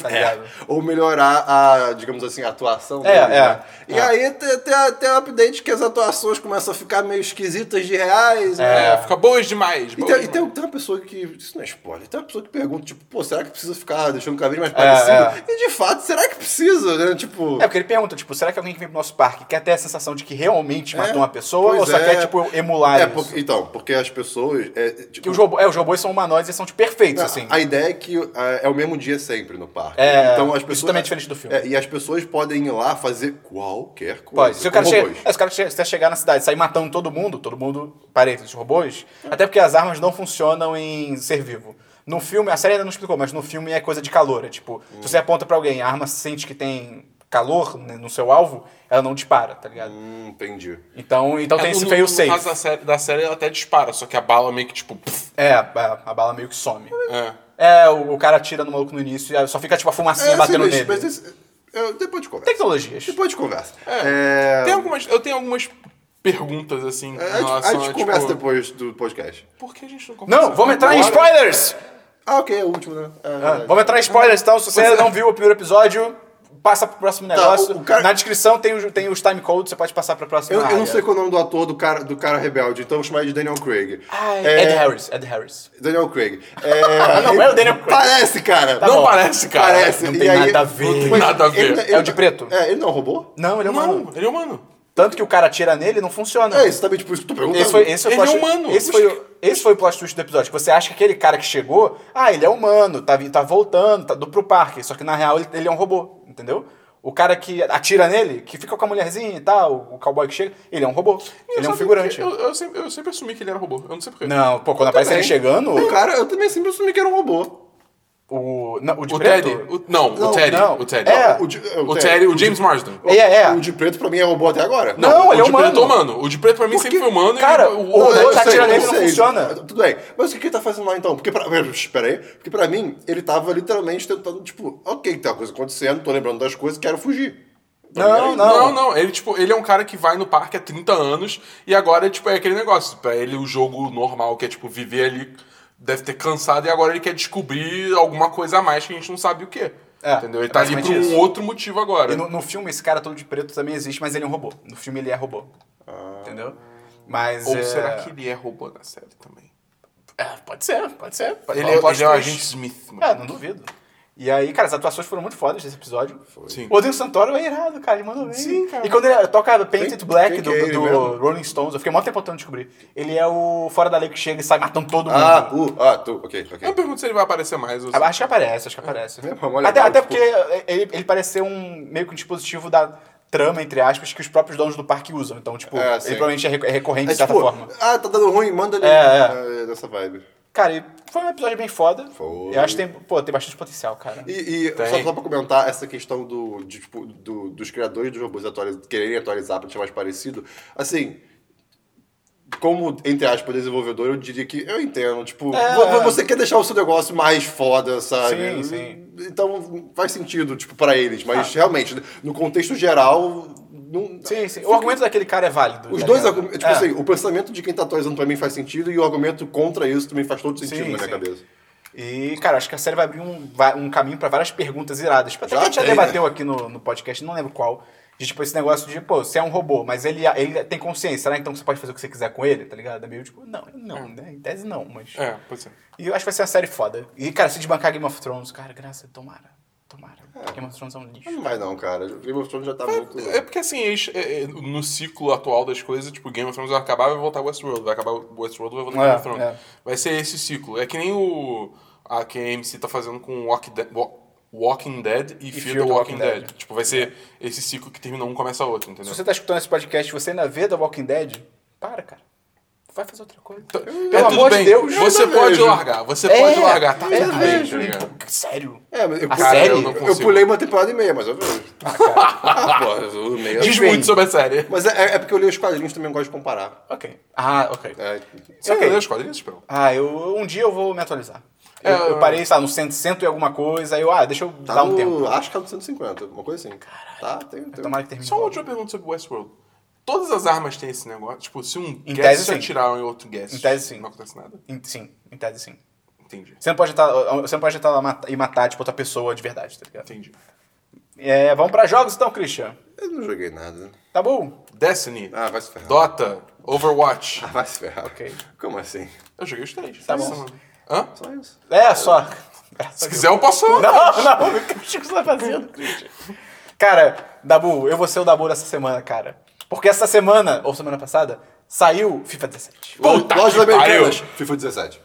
Tá ligado? Ou melhorar a, digamos assim, a atuação É, deles, é. né? E aí tem, tem, tem um update que as atuações começam a ficar meio esquisitas de reais, né? É, fica boas demais. E tem, e boas demais. tem- tem uma pessoa que. Isso não é spoiler. Tem uma pessoa que pergunta, tipo, pô, será que precisa ficar deixando o cabelo mais parecido? E de fato, será que precisa, né? Tipo. É porque ele pergunta, tipo, será que alguém que vem pro nosso parque quer ter a sensação de que realmente matou uma pessoa pois ou só é. quer, tipo, emular É, isso? porque- então, porque as pessoas. É, Que tipo, os, robô, é, os robôs são humanoides e são tipo, perfeitos, a- assim. A ideia é que é, é o mesmo dia sempre no parque. É, então as isso pessoas. também é diferente do filme. É, e as pessoas podem ir lá fazer qualquer coisa. Pode. Se o com cara, chega, robôs. é, se o cara che- se você chegar na cidade e sair matando todo mundo, todo mundo, parênteses, robôs, até porque as armas não funcionam em ser vivo. No filme, a série ainda não explicou, mas no filme é coisa de calor. É tipo, se você aponta pra alguém, a arma sente que tem calor né, no seu alvo, ela não dispara, tá ligado? Hum, entendi. Então, então tem É, esse no- fail no safe. caso da série, da série, ela até dispara, só que a bala meio que tipo. pff, É, a, a- a bala meio que some. é. É, o, o cara atira no maluco no início e aí só fica tipo a fumacinha É, batendo assim, nele. mas esse- é, eu- depois de conversa. Tecnologias. Depois de conversa. É, Tem algumas, eu tenho algumas perguntas assim. é, em a gente, a relação gente a, conversa tipo, depois do podcast. Por que a gente não conversa? Não, vamos entrar em Agora? spoilers! Ah, ok, é o último, né? É, Ah, verdade. Vamos entrar em spoilers, então. Se você Você- não viu o primeiro episódio, passa pro próximo negócio. o- o cara- Na descrição tem, o- tem os time codes, você pode passar pra próxima Eu, eu não área. sei qual é o nome do ator do cara, do cara rebelde, então eu vou chamar ele de Daniel Craig. Ah, é... É, Ed Harris, Ed Harris. Daniel Craig. É, não é o Daniel Craig. Parece, cara. Tá Não bom. parece, cara. parece. Não E tem aí- nada a ver. Não tem nada a ver. Ele- ele- É o de preto? É, ele não é um robô? Não, ele é humano. Não, ele é humano. Tanto que o cara atira nele e não funciona. É, isso também, tipo, isso que eu tô perguntando. Esse foi, esse foi o Ele é plot- humano. Esse foi, o- esse foi o plot twist do episódio. Que você acha que aquele cara que chegou, ah, ele é humano, tá, vi- tá voltando, tá do pro parque. Só que na real ele, ele é um robô, entendeu? O cara que atira nele, que fica com a mulherzinha e tal, o cowboy que chega, ele é um robô. Eu Ele é um sabia figurante. que- Eu, eu sempre, eu sempre assumi que ele era robô. Eu não sei porquê. Não, pô, quando aparece ele chegando, Tá O cara, eu também sempre assumi que era um robô. o, não, o de O preto... Teddy. o- não, Não, o Teddy. não. O Teddy. tipo, É. O de- é, O Terry, o James Marsden. É, é. O de preto pra mim é robô até agora. Não, ele é o de preto humano. é humano. O de preto pra mim sempre foi humano. e Cara, o Não, robô eu é tá sei, atirando eu nele e não sei. funciona. Tudo bem. Mas o que ele tá fazendo lá então? Porque pra... Espera aí. Porque pra mim, ele tava literalmente tentando, tipo, ok, tem uma coisa acontecendo, tô lembrando das coisas, quero fugir. Pra mim era Não, isso. não. Não, não, ele tipo, ele é um cara que vai no parque há 30 anos e agora tipo é aquele negócio, Pra ele o jogo normal que é tipo viver ali deve ter cansado e agora ele quer descobrir alguma coisa a mais que a gente não sabe o que. É, entendeu? Ele tá ali por basicamente um isso. outro motivo agora. E no, no filme, esse cara todo de preto também existe, mas ele é um robô. No filme ele é robô. Entendeu? Mas. Ou é- será que ele é robô na série também? É, pode ser, pode ser. Pode Ele, rolar um é, plot ele é o twist. agente Smith, mano. É, não duvido. E aí, cara, as atuações foram muito fodas desse episódio. Sim. O Odin Santoro é irado, cara, ele mandou bem. Sim, cara. E quando ele é, toca Painted Quem- Black quem do, que é ele do mesmo? Rolling Stones, eu fiquei mó tempo tentando descobrir. Ele é o fora da lei que chega e sai matando todo mundo. Ah, tu, ah, tu, ok, ok. É Eu pergunto se ele vai aparecer mais. ou se- Acho que aparece, acho que aparece. É, mas olha, até, cara, até tipo- porque ele, ele parece ser um meio que um dispositivo da trama, entre aspas, que os próprios donos do parque usam. Então, tipo, É, ele sim. provavelmente é recor- é recorrente É de certa tipo, forma. ah, tá dando ruim, manda ele. É, é. Dessa vibe. Cara, e foi um episódio bem foda. Foi. Eu acho que tem, pô, tem bastante potencial, cara. E, e Tem. só, só pra comentar, essa questão do, de, tipo, do- dos criadores dos robôs atualiz, quererem atualizar pra deixar mais parecido, assim, como, entre aspas, desenvolvedor, eu diria que eu entendo. Tipo, É. vo- vo- você quer deixar o seu negócio mais foda, Sim, sabe? sim. Ah. Então faz sentido, tipo, pra eles, mas realmente, no contexto geral. Não, Sim, sim. O argumento daquele cara é válido. Os tá dois ligado? argumentos, tipo É. assim, o pensamento de quem tá atualizando pra mim faz sentido e o argumento contra isso também faz todo sentido Sim, na minha sim. cabeça. E, cara, acho que a série vai abrir um, vai- um caminho pra várias perguntas iradas. Tipo, até Já que a gente já tem, debateu aqui no, no podcast, não lembro qual. De, tipo, esse negócio de, pô, você é um robô, mas ele, ele tem consciência, será então que você pode fazer o que você quiser com ele, tá ligado? É meio tipo, não, não, né? Em tese não, mas. É, pode ser. E eu acho que vai ser uma série foda. E, cara, se desbancar Game of Thrones, cara, graça, tomara. Tomara. Game of Thrones é um lixo. Não vai não, cara. O Game of Thrones já tá muito... É porque assim, eles- é- é, no ciclo atual das coisas, tipo, Game of Thrones vai acabar e vai voltar Westworld. Vai acabar Westworld vai voltar É, Game of Thrones. é. Vai ser esse ciclo. É que nem o. A que a AMC tá fazendo com Walk De- Wa- Walking Dead e, Fear the Walking, Dead. Tipo, vai ser esse ciclo que termina um começa outro, entendeu? Se você tá escutando esse podcast e você ainda vê The Walking Dead, para, cara. Vai fazer outra coisa. Então, Pelo amor de Deus, eu Você ainda pode vejo. largar, você pode largar, tá é, tudo bem, tá é, ligado? pô, Sério? É, mas eu, A cara, série? eu, Eu não eu consigo. pulei uma temporada e meia, mas eu vejo. Ah, pô, eu meio. Diz bem. muito sobre a série. Mas é, é porque eu li os quadrinhos também, eu gosto de comparar. Ok. Ah, ok. É, Você Ok. leu os quadrinhos, Pel? Ah, eu, um dia eu vou me atualizar. Eu, É, eu parei, sei lá, no cento, cento e alguma coisa, aí eu, ah, deixa eu tá dar no, um tempo. Acho que tá no 150, uma coisa assim. Tá, tem, tem. Tomara que termine. Só um uma logo. última pergunta sobre Westworld. Todas as armas têm esse negócio? Tipo, se um Em gas tese, se sim. atirar em outro gas, Em tese, sim. não acontece nada? Em- sim, em tese sim. Entendi. Você não pode estar, você não pode estar lá mata- e matar, tipo, outra pessoa de verdade, tá ligado? Entendi. É, vamos pra jogos então, Christian. Eu não joguei nada. Tá bom? Destiny, Ah, vai se ferrar. Dota, Overwatch. Ah, vai se ferrar. Ok. Como assim? Eu joguei os três. Tá Essa bom. semana. Hã? Só isso. É, só. Se quiser eu posso... Não, não, o que o Chico tá fazendo, Christian? Cara, Dabu, eu vou ser o Dabu dessa semana, cara. Porque essa semana, ou semana passada, saiu FIFA 17. Puta Lojas que pariu. americanas, FIFA 17.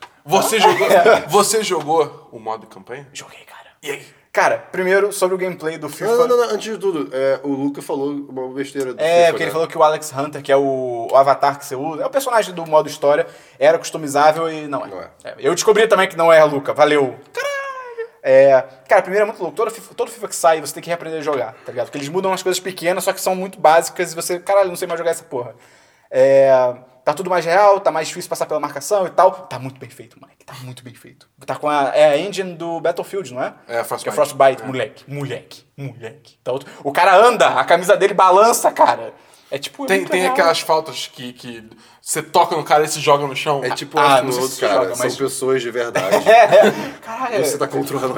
Você jogou, É. você jogou o modo campanha? Joguei, cara. E aí? Cara, primeiro sobre o gameplay do FIFA. Não, não, não, não, antes de tudo, é, o Luca falou uma besteira do É, FIFA, porque ele né? falou que o Alex Hunter, que é o, o avatar que você usa, é o personagem do modo história, era customizável e não é. Não é. É, eu descobri também que não é a Luca, valeu. Caralho! É, cara, primeiro é muito louco. Todo FIFA, todo FIFA que sai, você tem que reaprender a jogar, tá ligado? Porque eles mudam umas coisas pequenas, só que são muito básicas e você, caralho, não sei mais jogar essa porra. É, tá tudo mais real, tá mais difícil passar pela marcação e tal. Tá muito bem feito, moleque. Tá muito bem feito. Tá com a, é a engine do Battlefield, não é? É, Frostbite. Que é Frostbite, moleque. Moleque. Moleque. Tá outro- O cara anda, a camisa dele balança, cara. É tipo. é Tem, muito tem real. aquelas faltas que, que você toca no cara e se joga no chão. É tipo Ah, ah, não sei se Outro, você cara. joga, São mas- pessoas de verdade. É, é. Caralho. Você tá controlando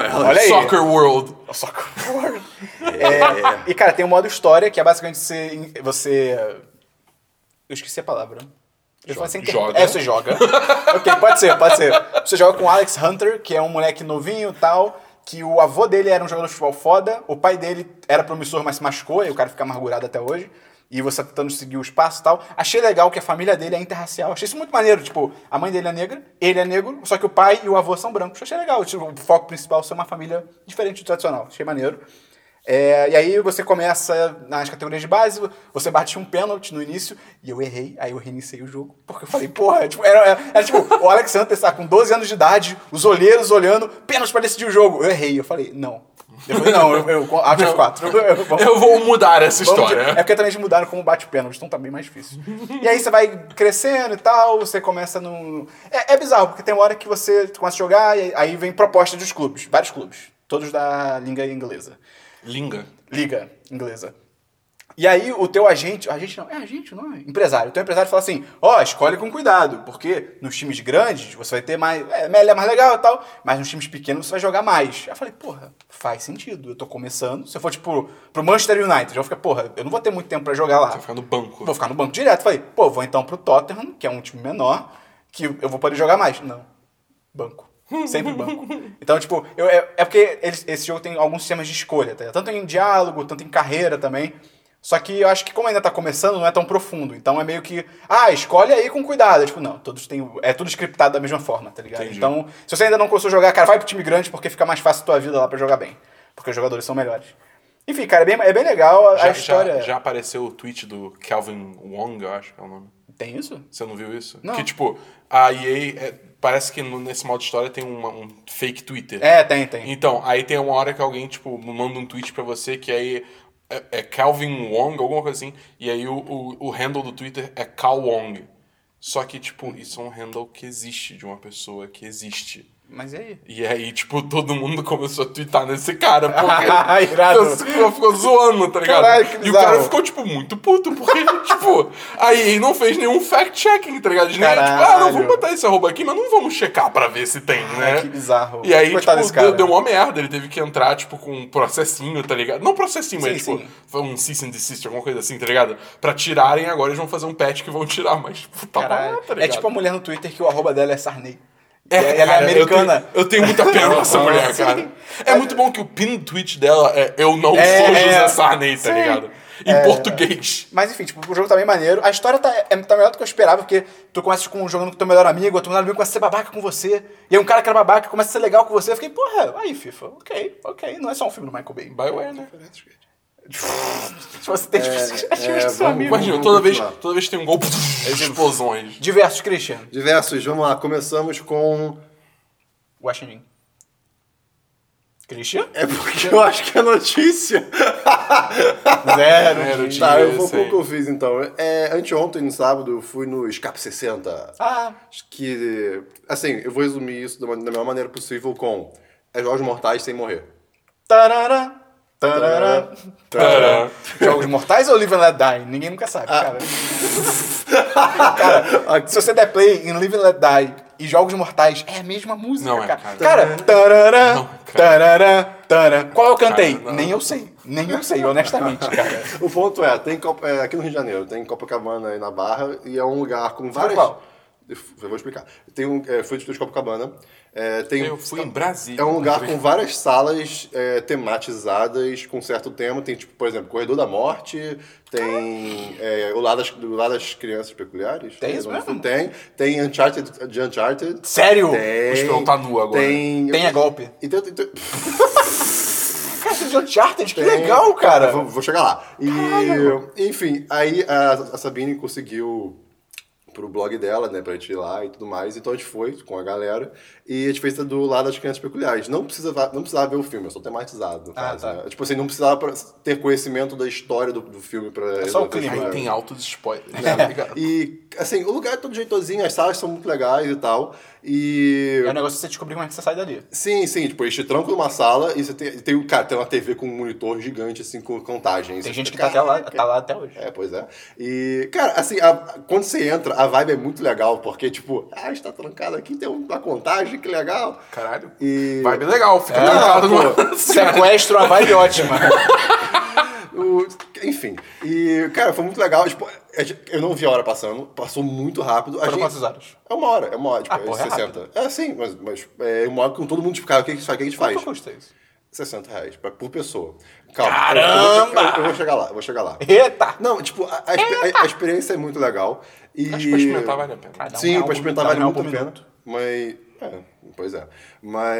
elas. Olha aí. Soccer World. Só que é, E, cara, tem o modo história, que é basicamente você. você eu esqueci a palavra. Eu falei sem Joga. É, você joga. ok, pode ser, pode ser. Você joga com o Alex Hunter, que é um moleque novinho e tal, que o avô dele era um jogador de futebol foda, o pai dele era promissor, mas se machucou, e o cara fica amargurado até hoje. E você tá tentando seguir o espaço e tal. Achei legal que a família dele é interracial. Achei isso muito maneiro. Tipo, a mãe dele é negra, ele é negro, só que o pai e o avô são brancos. Achei legal. Tipo, o foco principal é ser uma família diferente do tradicional. Achei maneiro. É, e aí você começa nas categorias de base, você bate um pênalti no início, e eu errei, aí eu reiniciei o jogo, porque eu falei, porra, tipo, era, era- era tipo, o Alex Hunter tá com 12 anos de idade, os olheiros olhando, pênalti pra decidir o jogo. Eu errei, eu falei, não. Eu falei, não, eu, eu, acho F4. Eu, eu- vamos- Eu vou mudar essa Vamos de- É história. porque também eles mudaram como bate pênalti, então tá bem mais difícil. e aí você vai crescendo e tal, você começa num. É, é bizarro, porque tem uma hora que você começa a jogar e aí vem proposta dos clubes, vários clubes, todos da língua inglesa. Linga. Liga inglesa. E aí o teu agente, agente não, é agente, não é? Empresário. O teu empresário fala assim, ó, escolhe com cuidado, porque nos times grandes você vai ter mais, é, ele é mais legal e tal, mas nos times pequenos você vai jogar mais. Aí eu falei, porra, faz sentido, eu tô começando. Se eu for, tipo, pro Manchester United, eu fico, porra, eu não vou ter muito tempo pra jogar lá. Vai ficar no banco. Vou ficar no banco direto. Falei, pô, vou então pro Tottenham, que é um time menor, que eu vou poder jogar mais. Não. Banco. Sempre banco. Então, tipo, eu- é, é porque eles- esse jogo tem alguns sistemas de escolha, tá? tanto em diálogo, tanto em carreira também. Só que eu acho que como ainda tá começando, não é tão profundo. Então é meio que, ah, escolhe aí com cuidado. Tipo, não, todos têm. o- É tudo scriptado da mesma forma, tá ligado? Entendi. Então, se você ainda não começou a jogar, cara, vai pro time grande porque fica mais fácil a tua vida lá pra jogar bem. Porque os jogadores são melhores. Enfim, cara, é bem, é bem legal a, a Já, história. já, já apareceu o tweet do Calvin Wong, eu acho que é o nome. Tem isso? Você não viu isso? Não. Que tipo, a EA. é- parece que no- nesse modo de história tem uma- um fake Twitter. É, tem, tem. Então, aí tem uma hora que alguém, tipo, manda um tweet pra você que aí. É, é Calvin Wong, alguma coisa assim. E aí o, o, o handle do Twitter é Cal Wong. Só que, tipo, isso é um handle que existe, de uma pessoa que existe. Mas e aí? E aí, tipo, todo mundo começou a twittar nesse cara, porque Ah, irado. Ficou- ficou, ficou zoando, tá ligado? Caralho, que e o cara bizarro. ficou, tipo, muito puto, porque, tipo, a EA não fez nenhum fact-checking, tá ligado? Eles nem, tipo, ah, não, Caralho. vamos botar esse arroba aqui, mas não vamos checar pra ver se tem, né? que bizarro. E aí, Coitado tipo, desse cara. deu, deu uma merda, ele teve que entrar, tipo, com um processinho, tá ligado? Não processinho, mas, Sim, tipo, sim. foi um cease and desist, alguma coisa assim, tá ligado? Pra tirarem, agora eles vão fazer um patch que vão tirar, mas, tipo, tá Caralho. barato, tá é ligado? tipo a mulher no Twitter que o arroba dela é Sarney. E ela é cara, eu tenho- americana. Eu tenho, muita pena dessa mulher, Sim. cara. É muito bom que o pin do tweet dela é Eu não É, sou José é. Sarney, tá Sim. É. ligado? Em português. Mas enfim, tipo, o jogo tá bem maneiro. A história tá, é, tá melhor do que eu esperava, porque tu começa tipo, com, jogando com teu melhor amigo, a tua melhor amigo começa a ser babaca com você. E aí um cara que era babaca começa a ser legal com você. Eu fiquei, porra, aí, FIFA, ok, ok. Não é só um filme do Michael Bay. Bioware, né? Se você tem expectativas é, do seu vamos- amigo. Imagina, vamos toda vez, continuar. toda vez que tem um gol, É tipo explosões. Diversos, Christian. Diversos, vamos lá. Começamos com... Washington. Christian? É porque eu acho que é notícia. Zero. Zero, gente. tio. Tá, eu vou Isso aí. pro que eu fiz então. É, anteontem, no sábado, eu fui no Escape 60. Ah, Que, assim, eu vou resumir isso da, man- da melhor maneira possível com é Jogos Mortais sem morrer. tarará, tarará. Tá. Tarará. Jogos Mortais ou Live and Let Die? Ninguém nunca sabe, Ah. cara. cara, se você der play em Live and Let Die e Jogos Mortais, é a mesma música, Não é, cara. cara. Cara, tarará, Não, é, cara. tarará, tarará. Qual eu cantei? Cara, não. Nem eu sei. Nem eu sei, honestamente, cara. O ponto é, tem Copa- é, aqui no Rio de Janeiro, tem Copacabana e na Barra, e é um lugar com várias. qual? Eu f- eu vou explicar. Tem um, é, fui de estúdio Copacabana. é, tem, Eu fui em Brasília. É um lugar com várias salas é, tematizadas com certo tema. Tem, tipo, por exemplo, Corredor da Morte, tem é, o, lado das, o Lado das Crianças Peculiares. Tem isso Eu não- mesmo? Tem. Tem Uncharted de Uncharted. Sério? Tem. O Esperão tá nu agora. Tem. Então, Tem é golpe. E tem- tem- tem- Cara, esse de Uncharted, que tem- legal, cara. Então, Vou, vou chegar lá. E, enfim, aí a, a Sabine conseguiu pro blog dela, né, pra gente ir lá e tudo mais. Então a gente foi com a galera e a gente fez do lado das crianças peculiares. Não precisa, va- não precisava ver o filme, é só tematizado, no Ah, caso, tá. né? Tipo assim, não precisava pra- ter conhecimento da história do, do filme pra... É só o resolver clima. esse Aí Mano. tem altos spoilers, É. tá ligado? E, assim, o lugar é todo jeitosinho, as salas são muito legais e tal. E... É um negócio que você descobrir como é que você sai dali. Sim, sim, tipo, eles te trancam numa sala e você tem, tem o cara, tem uma TV com um monitor gigante, assim, com contagem. Tem gente que tá até lá, tá lá até hoje. É, pois é. E, cara, assim, a- quando você entra, a vibe é muito legal, porque, tipo, ah, está trancado aqui, tem uma contagem, que legal. Caralho. E- Vai bem legal, fica É, trancado pô. numa- Sequestro, a vibe ótima. O- enfim. E, cara, foi muito legal. Tipo, a gente- eu não vi a hora passando, passou muito rápido. A Foram gente- quantas horas? É uma hora, é uma hora, tipo, Ah, porra, é é 60. É, sim, mas, mas é uma hora com todo mundo, tipo, cara, o que, que, o que a gente faz? Quanto custa isso? 60 reais pra- por pessoa. Calma. Caramba! Eu, eu- eu vou chegar lá, eu vou chegar lá. Eita! Não, tipo, a, a expe- a- a experiência é muito legal. E... Acho que pra experimentar vale a pena. Cada um Sim, real pra por- experimentar cada vale um real muito por a pena. minuto. Mas. É, pois é.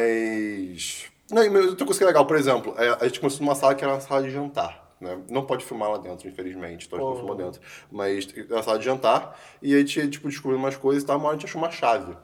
Mas. Não, mas outra coisa que é legal, por exemplo, é, a gente começou numa sala que era uma sala de jantar. Né? Não pode filmar lá dentro, infelizmente. Então a gente não filmou dentro. Mas era uma sala de jantar. E a gente, tipo, descobriu umas coisas e tal, uma hora a gente achou uma chave.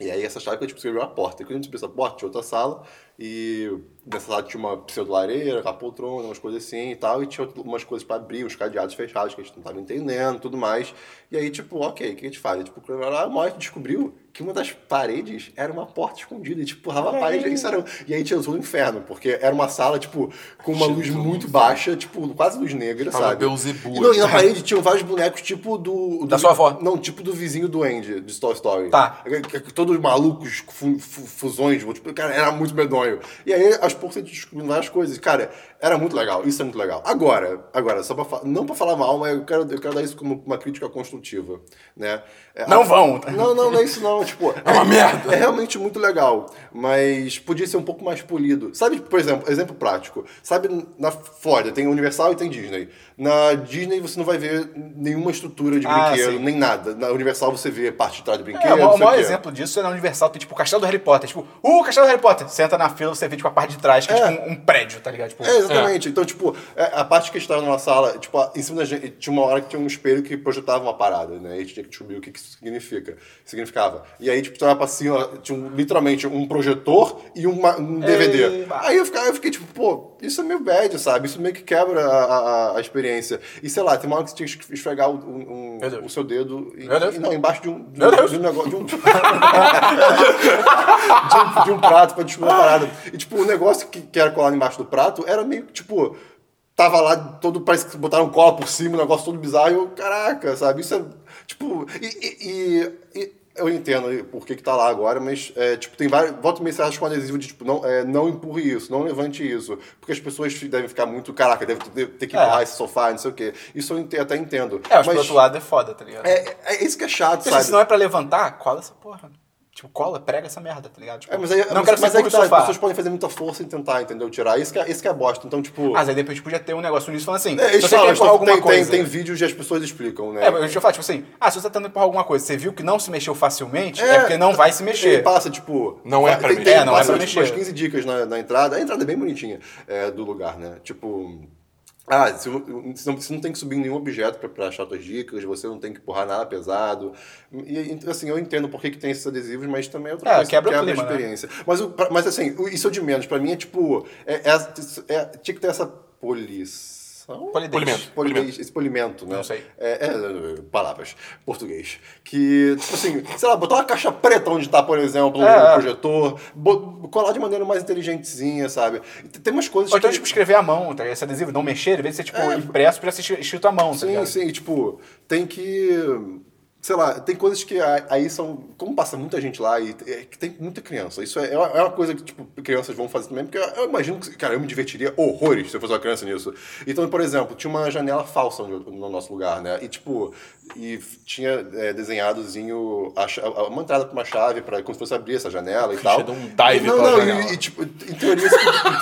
E aí essa chave que a gente descobriu a porta. E quando a gente abriu essa porta, tinha outra sala. E nessa sala tinha uma pseudo-lareira, uma poltrona, umas coisas assim e tal. E tinha outro- umas coisas pra abrir, uns cadeados fechados que a gente não tava entendendo tudo mais. E aí, tipo, ok, o que a gente faz? E, Tipo, lá, uma hora a gente descobriu que uma das paredes era uma porta escondida. E, tipo, empurrava a parede. Isso era... um- E aí a gente entrou no inferno, porque era uma sala, tipo, com uma luz Jesus. muito baixa, tipo, quase luz negra, Tava sabe? Beelzebub. né? E, não, e na parede tinham vários bonecos, tipo do... do- Da sua avó. Não, tipo do vizinho do Andy, de Toy Story. É Tá. Que- que Todos malucos, fu- fu- fusões, tipo, cara, era muito medonho. E aí, aos poucos, a gente descobriu várias coisas. Cara, era muito legal, isso é muito legal. Agora, agora, só pra fa- não pra falar mal, mas eu quero, eu quero dar isso como uma crítica construtiva, né? É, Não a- vão. Não, não, não é isso não, tipo... É uma merda. É realmente muito legal, mas podia ser um pouco mais polido. Sabe, por exemplo, exemplo prático. Sabe, na Flórida tem Universal e tem Disney. Na Disney você não vai ver nenhuma estrutura de Ah, brinquedo, sim. nem nada. Na Universal você vê parte de trás do brinquedo. É, o não maior, sei o maior quê. exemplo disso é na Universal, tem tipo o castelo do Harry Potter. Tipo, uh, o castelo do Harry Potter. Senta na fila, você vê tipo a parte de trás, que é, É. tipo um, um prédio, tá ligado? Tipo, É, exatamente. Então, tipo, é, a parte que estava na nossa sala, tipo, a- em cima da gente, tinha uma hora que tinha um espelho que projetava uma parada, né? E a gente tinha que descobrir o que, que isso significa, significava. E aí, tipo, tu olhava pra cima, tinha um- literalmente um projetor e uma- É, um DVD. Eba. Aí eu fiquei, eu fiquei, tipo, pô, isso é meio bad, sabe? Isso meio que quebra a, a- a experiência. E sei lá, tem uma hora que você tinha que esfregar o, um- um- Meu Deus. o seu dedo e, Meu Deus. e não, embaixo de um, de Meu um, Deus. de um negócio. De um, de um- de um prato pra descobrir uma parada. E, tipo, o negócio que, que era colado embaixo do prato era meio que, tipo, tava lá todo, parece que botaram cola por cima, um negócio todo bizarro. E eu, caraca, sabe? Isso é, tipo... E, e- e- e eu entendo por que que tá lá agora, mas, é, tipo, tem vários... Volta e meia você acha com adesivo de, tipo, não, é, não empurre isso, não levante isso. Porque as pessoas fi- devem ficar muito, caraca, deve ter, ter que É. empurrar esse sofá, não sei o quê. Isso eu ente- até entendo. É, mas, do outro lado é foda, tá ligado? É, é isso que é chato, Porque assim, sabe? se não é pra levantar, cola essa porra. Tipo, cola, prega essa merda, tá ligado? Tipo, É, mas aí, não mas, quero mas ser aí cu que do tá, as sofá. pessoas podem fazer muita força em tentar, entendeu? Tirar. Isso que é, isso que é bosta. Então, tipo. Mas aí depois podia ter um negócio nisso falando assim, é, se eles você quer falam, tipo, empurrar alguma tem, tem, coisa... tem vídeos e as pessoas explicam, né? É, mas deixa eu falar, tipo assim, ah, se você tá tentando empurrar alguma coisa, você viu que não se mexeu facilmente, é, porque não vai se Ele mexer. passa, tipo. Não é pra tem, mexer. Tem, É, não é passa, pra tipo, mexer. as 15 dicas na, na entrada. A entrada é bem bonitinha é, do lugar, né? Tipo. Ah, se o- se não, você não tem que subir em nenhum objeto pra- pra achar suas dicas, você não tem que empurrar nada pesado. E, então, assim, eu entendo por que, que tem esses adesivos, mas também é outra É, coisa que quebra o quebra a clima, né? experiência. Mas, o- pra- mas assim, o- isso é o de menos. Pra mim é tipo. É, é- é- tinha que ter essa polição. Polidez. Polimento. Polimento. Esse polimento, né? Não sei. É, é, é, palavras. Português. Que, tipo assim, sei lá, botar uma caixa preta onde tá, por exemplo, um É, é. projetor. bo- Colar de maneira mais inteligentezinha, sabe? Tem- Tem umas coisas Ou então, que... tipo, escrever à mão, tá? ligado? esse adesivo, não mexer, ele vez de ser, tipo, impresso, pra ser escri- escrito à mão, tá É. Sim, ligado? sim, tipo, tem que. Sei lá, tem coisas que a- aí são. Como passa muita gente lá e é que tem muita criança. Isso é, é uma- é uma coisa que, tipo, crianças vão fazer também, porque eu, eu imagino que. Cara, eu me divertiria horrores se eu fosse uma criança nisso. Então, por exemplo, tinha uma janela falsa onde- no nosso lugar, né? E, tipo, e f- tinha é, desenhadozinho a cha- a- uma entrada pra uma chave, pra, como se fosse abrir essa janela e tal. deu um dive não, pela não, janela. e, e, tipo, em teoria, isso-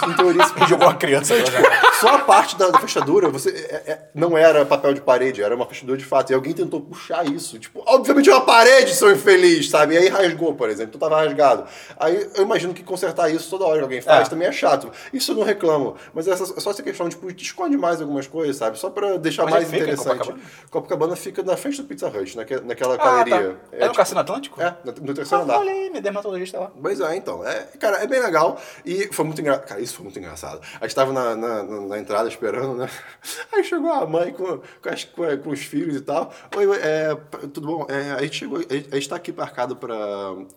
em teoria, isso E jogou a criança. pela janela. só a parte da, da fechadura, você é- é- não era papel de parede, era uma fechadura de fato. E alguém tentou puxar isso. Tipo, obviamente é uma parede, seu infeliz, sabe? E aí rasgou, por exemplo. Então tava rasgado. Aí eu imagino que consertar isso toda hora que alguém faz É. também é chato. Isso eu não reclamo. Mas essa, é só essa questão, tipo, te esconde mais algumas coisas, sabe? Só pra deixar Onde é mais que fica em interessante. Copacabana? Copacabana fica na frente do Pizza Hut, naque- naquela Ah, tá. galeria. É, É, no tipo, Cassino Atlântico? é, no- no terceiro Ah, andar. olha aí, minha dermatologista lá. Pois é, então. É, cara, é bem legal. E foi muito engraçado. Cara, isso foi muito engraçado. A gente tava na, na, na- na entrada esperando, né? Aí chegou a mãe com, com, as- com, é, com os filhos e tal. Oi, oi, é, p- tudo bom? É, a, gente chegou, a, gente, a gente tá aqui marcado pra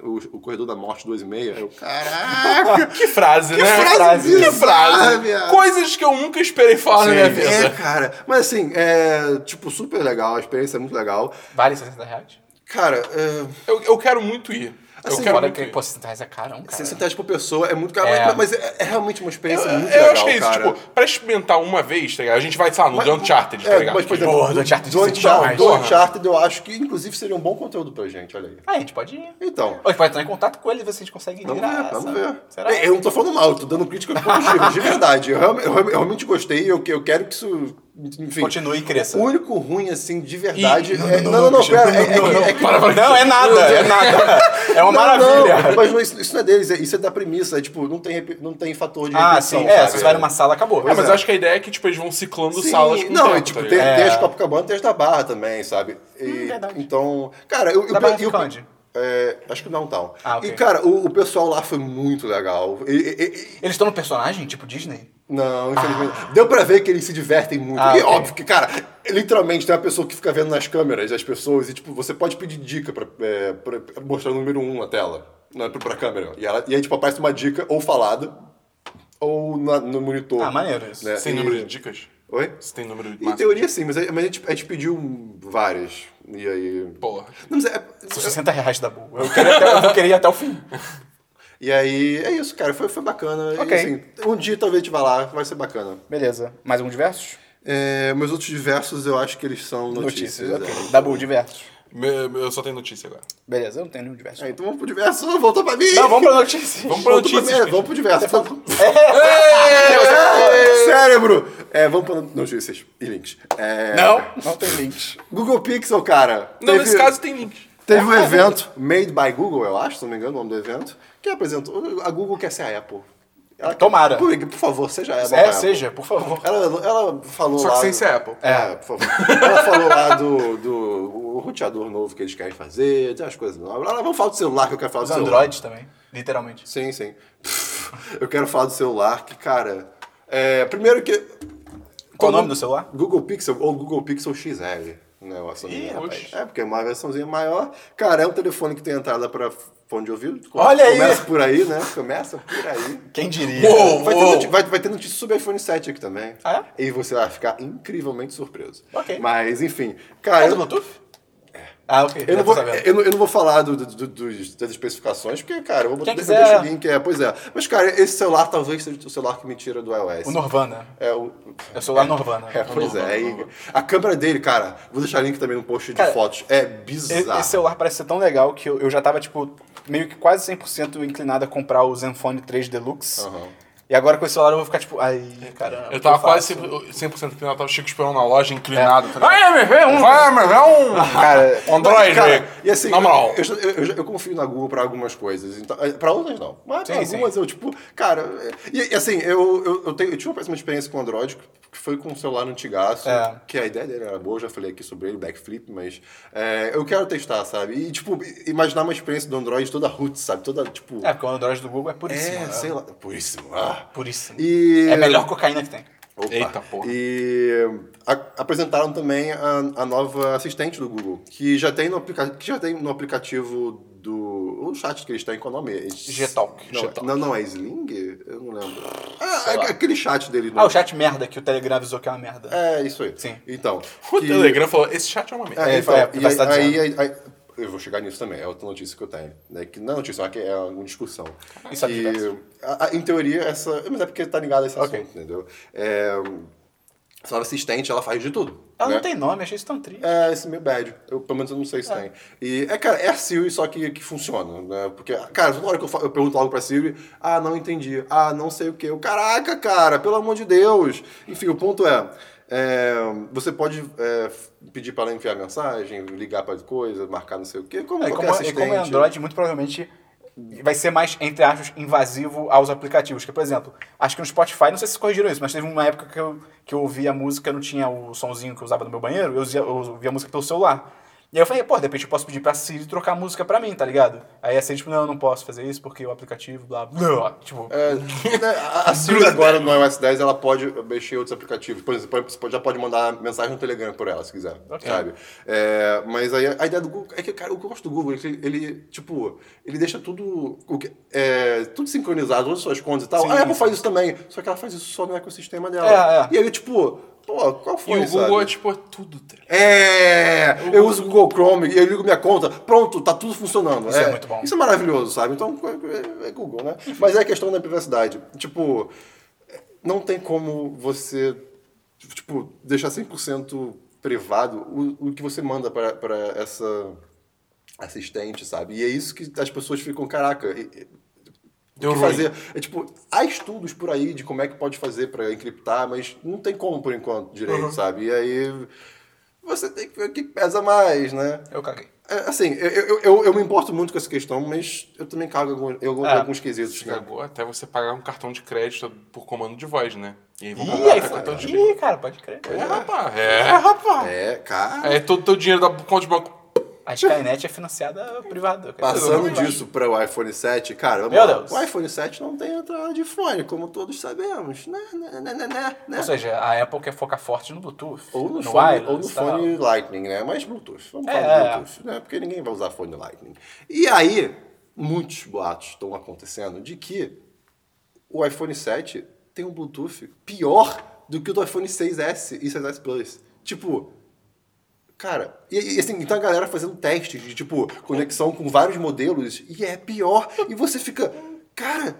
o, o Corredor da Morte 2 e meia. Eu, caraca! Que frase, né? frase que bizarra, frase. Ah, viado. Coisas que eu nunca esperei falar na minha vida. É, cara. Mas assim, é, tipo, super legal. A experiência é muito legal. Vale 60 reais? Cara, é, Eu, eu quero muito ir. eu Assim, quero Olha muito que, ir. pô, 60 reais é carão, cara. 60 reais por pessoa é muito caro. É. Mas, mas é, é realmente uma experiência Eu muito legal, acho que é isso, cara. tipo, pra experimentar uma vez, tá ligado? A gente vai, sei lá, no The Uncharted, tá É, ligado? mas, por Que- exemplo, Porra, do Uncharted do tem que ser Uncharted, mais, do porra. Uncharted eu acho que, inclusive, seria um bom conteúdo pra gente, olha aí. Aí a gente pode ir. Então. Ou a gente pode entrar em contato com ele e ver se a gente consegue Vamos virar ver, essa. vamos ver. Será? Eu não tô falando mal, eu tô dando críticas positivas, de verdade. Eu, realme- eu realme- eu realmente gostei, eu, que- eu quero que isso. Enfim. Continue e cresça. O único ruim, assim, de verdade. Ih, não, é- Não, não, não, não, não, Cristiano, pera. é- é não, que- não, é que- para, para. Não, é nada, é nada. É uma Não, maravilha. não, mas não, isso, isso não é deles, é- isso é da premissa. É tipo, não tem, rep- não tem fator de Ah, repetição. sim. É, sabe? se você vai numa sala, acabou. É, Pois mas é. eu acho que a ideia é que, tipo, eles vão ciclando salas com o não, tempo, é, tá tipo, tem, ligado? tem as de Copacabana, tem as da Barra também, sabe? E, Hum, verdade. Então, cara, eu... eu, Da Barra eu- fica onde? É, acho que downtown. Ah, ok. E, cara, o, o pessoal lá foi muito legal. E- e- e- Eles estão no personagem, tipo Disney? não, infelizmente. Deu pra ver que eles se divertem muito. Ah, e ok. óbvio que, cara, literalmente tem uma pessoa que fica vendo nas câmeras as pessoas e, tipo, você pode pedir dica pra, é, pra- pra mostrar o número um na tela, né, pra, pra câmera. E, ela, e aí, tipo, aparece uma dica ou falada ou na- no monitor. Ah, maneiro isso. né? Você tem E- número de dicas? Oi? Você tem número de Em máximo? teoria sim, mas, a- mas a, gente, a gente pediu várias. E aí. Porra. Não, mas é- Por 60 reais da boa. Eu, queria até- eu vou querer ir até o fim. e aí é isso, cara. Foi, foi bacana. E, Ok. assim, um dia talvez a gente vá lá, vai ser bacana. Beleza. Mais um diversos? É, meus outros diversos eu acho que eles são notícias. Notícias, ok. é. Dabu, diversos. Me- me- Eu só tenho notícia agora. Beleza, eu não tenho nenhum diverso. É, então vamos pro diverso, voltou pra mim! Não, vamos pra notícias. Vamos pra Voltou pra notícias. mim, é, gente. vamos pro diverso. É, Cérebro! É, vamos pra notícias e links. É, Não, não tem links. Google Pixel, cara. Não, Teve- nesse caso tem link. Teve um evento, Made by Google, eu acho, se não me engano, o nome do evento, que apresentou. A Google quer ser a Apple. Ela- Tomara. Por, por favor, seja a Apple. É, Apple. seja, por favor. Ela, ela falou Só que lá. sem do- ser Apple. É, por favor. Ela falou lá do, do o roteador novo que eles querem fazer, tem as coisas novas. Ela, vamos falar do celular que eu quero falar Os do celular. Androids também, literalmente. Sim, sim. Eu quero falar do celular, que, cara. é, primeiro que. Qual o nome do celular? Google Pixel ou Google Pixel XL. Né, o assunto, Ih, né, rapaz? oxe. É, porque é uma versãozinha maior. Cara, é um telefone que tem entrada pra fone de ouvido. Olha aí! Começa por aí, né? Começa por aí. Quem diria? Uou! Vai ter, noti- vai- vai ter notícia sobre iPhone 7 aqui também. Ah, E você vai ficar incrivelmente surpreso. Ok. Mas, enfim. É Cara, do eu- Bluetooth? Ah, ok. Eu já não, tô vou, sabendo. eu, não, eu não vou falar do- do- do- dos- das especificações, porque, cara, eu vou Quem eu quiser- deixo o link, é, pois é. Mas, cara, esse celular talvez seja o celular que me tira do iOS. O Norvana. É o. É o celular Norvana. É, pois é. e a câmera dele, cara, vou deixar o link também no post de Cara, fotos. É E- bizarro. Esse celular parece ser tão legal que eu, eu já tava, tipo, meio que quase 100% inclinado a comprar o Zenfone 3 Deluxe. Aham. E agora com esse celular eu vou ficar, tipo, ai, É caramba. Eu tava o que eu quase faço? 100%, 100 inclinado, tava o Chico esperando na loja, inclinado. É. tá ligado? Ai, meu irmão! Vai, meu irmão! Cara, Android, um. Então, né? Cara, e assim, na moral. eu, eu- eu- eu confio na Google pra algumas coisas. Então, eh, pra outras não. Mas pra Sim, sim. algumas eu, tipo, cara. eh, E, e assim, eu, eu, eu tenho, eu tive uma péssima experiência com o Android, que foi com um celular antigaço, É. que a ideia dele era boa, eu já falei aqui sobre ele, backflip, mas eh, eu quero testar, sabe? E, tipo, imaginar uma experiência do Android toda root, sabe? Toda, tipo. É, porque o Android do Google é puríssimo. é, né? sei lá. Puríssimo. Ah. Puríssimo. E... É a melhor cocaína que tem. Opa. Eita, porra. E a- apresentaram também a, a nova assistente do Google, que já tem no, aplica que já tem no aplicativo do. O chat que eles têm, qual é o nome? Eles- Gtalk, Não, Gtalk. Não, não, é Sling? Eu não lembro. Ah, Sei é lá. aquele chat dele. no- Ah, o chat merda que o Telegram avisou que é uma merda. É, isso aí. Sim. Então. O que- Telegram falou, esse chat é uma merda. É, É, então, é, e aí, privacidade aí- aí- aí- eu vou chegar nisso também, é outra notícia que eu tenho. Né? Que não é notícia, mas que é uma discussão. Isso é Que, diverso. a- a- em teoria, essa. Mas é porque tá ligado a esse Ok. assunto, entendeu? É, essa nova assistente, ela faz de tudo. Ela né? não tem nome, achei isso tão triste. É, esse meio bad. Eu, pelo menos eu não sei se tem. E, é, cara, é a Siri só que, que funciona, né? Porque, cara, toda hora que eu, fa- eu pergunto algo pra Siri, ah, não entendi, ah, não sei o que. Caraca, cara, pelo amor de Deus. Enfim, o ponto é, é, você pode é, f- pedir pra ela enviar mensagem, ligar pra coisa, marcar não sei o quê, como É, e qualquer como, e assistente. como é Android, muito provavelmente vai ser mais, entre aspas, invasivo aos aplicativos. Que, por exemplo, acho que no Spotify, não sei se vocês corrigiram isso, mas teve uma época que eu, que eu ouvia a música, não tinha o sonzinho que eu usava no meu banheiro, eu, usia, eu ouvia a música pelo celular. E aí eu falei, pô, de repente eu posso pedir pra Siri trocar a música pra mim, tá ligado? Aí a Siri, tipo, não, eu não posso fazer isso porque o aplicativo, blá, blá, tipo... É, né, a a Siri agora no iOS 10 ela pode mexer em outros aplicativos. Por exemplo, você pode- já pode mandar mensagem no Telegram por ela, se quiser, sabe? É, mas aí a ideia do Google é que, cara, o que eu gosto do Google é que ele, ele, tipo, ele deixa tudo, o que- é, tudo sincronizado, todas as suas contas e tal. Sim, a Apple sim. faz isso também, só que ela faz isso só no ecossistema dela. É, é. E aí, tipo, pô, qual E foi, o Google é sabe? tipo, é tudo. tá ligado? É, eu uso o Google Chrome e eu ligo minha conta, pronto, tá tudo funcionando. Isso é muito bom. Isso é maravilhoso, sabe? Então, é, é Google, né? Mas é a questão da privacidade. Tipo, não tem como você, tipo, deixar 100% privado o, o que você manda pra- pra essa assistente, sabe? E é isso que as pessoas ficam, caraca, e- e- Deu o que ruim. fazer. É tipo, há estudos por aí de como é que pode fazer pra encriptar, mas não tem como por enquanto direito, Uhum. sabe? E aí você tem que ver o que pesa mais, né? Eu caguei. É, assim, eu, eu, eu, eu me importo muito com essa questão, mas eu também cago em algum- em algum- É. alguns quesitos, né? Cagou até você pagar um cartão de crédito por comando de voz, né? E aí vão Ih, comprar Ah, aí, até cartão de ih, cara, pode crer. É, rapaz. É, rapaz. É, cara. Aí todo o teu dinheiro da conta de banco. A Skynet é financiada privada. cara. Passando Eu não disso para o iPhone 7, cara, vamos Meu lá. Deus. O iPhone 7 não tem entrada de fone, como todos sabemos. Né, né, né, né, né, né. Ou seja, a Apple quer focar forte no Bluetooth, Ou no, no fone, wireless, tá? ou no tal. fone Lightning, né? Mas Bluetooth. Vamos É, falar de é. Bluetooth, né? Porque ninguém vai usar fone Lightning. E aí, muitos boatos estão acontecendo de que o iPhone 7 tem um Bluetooth pior do que o do iPhone 6S e 6S Plus. Tipo, Cara, e, e, assim, então a galera fazendo testes de, tipo, conexão com vários modelos, e é pior, e você fica, cara,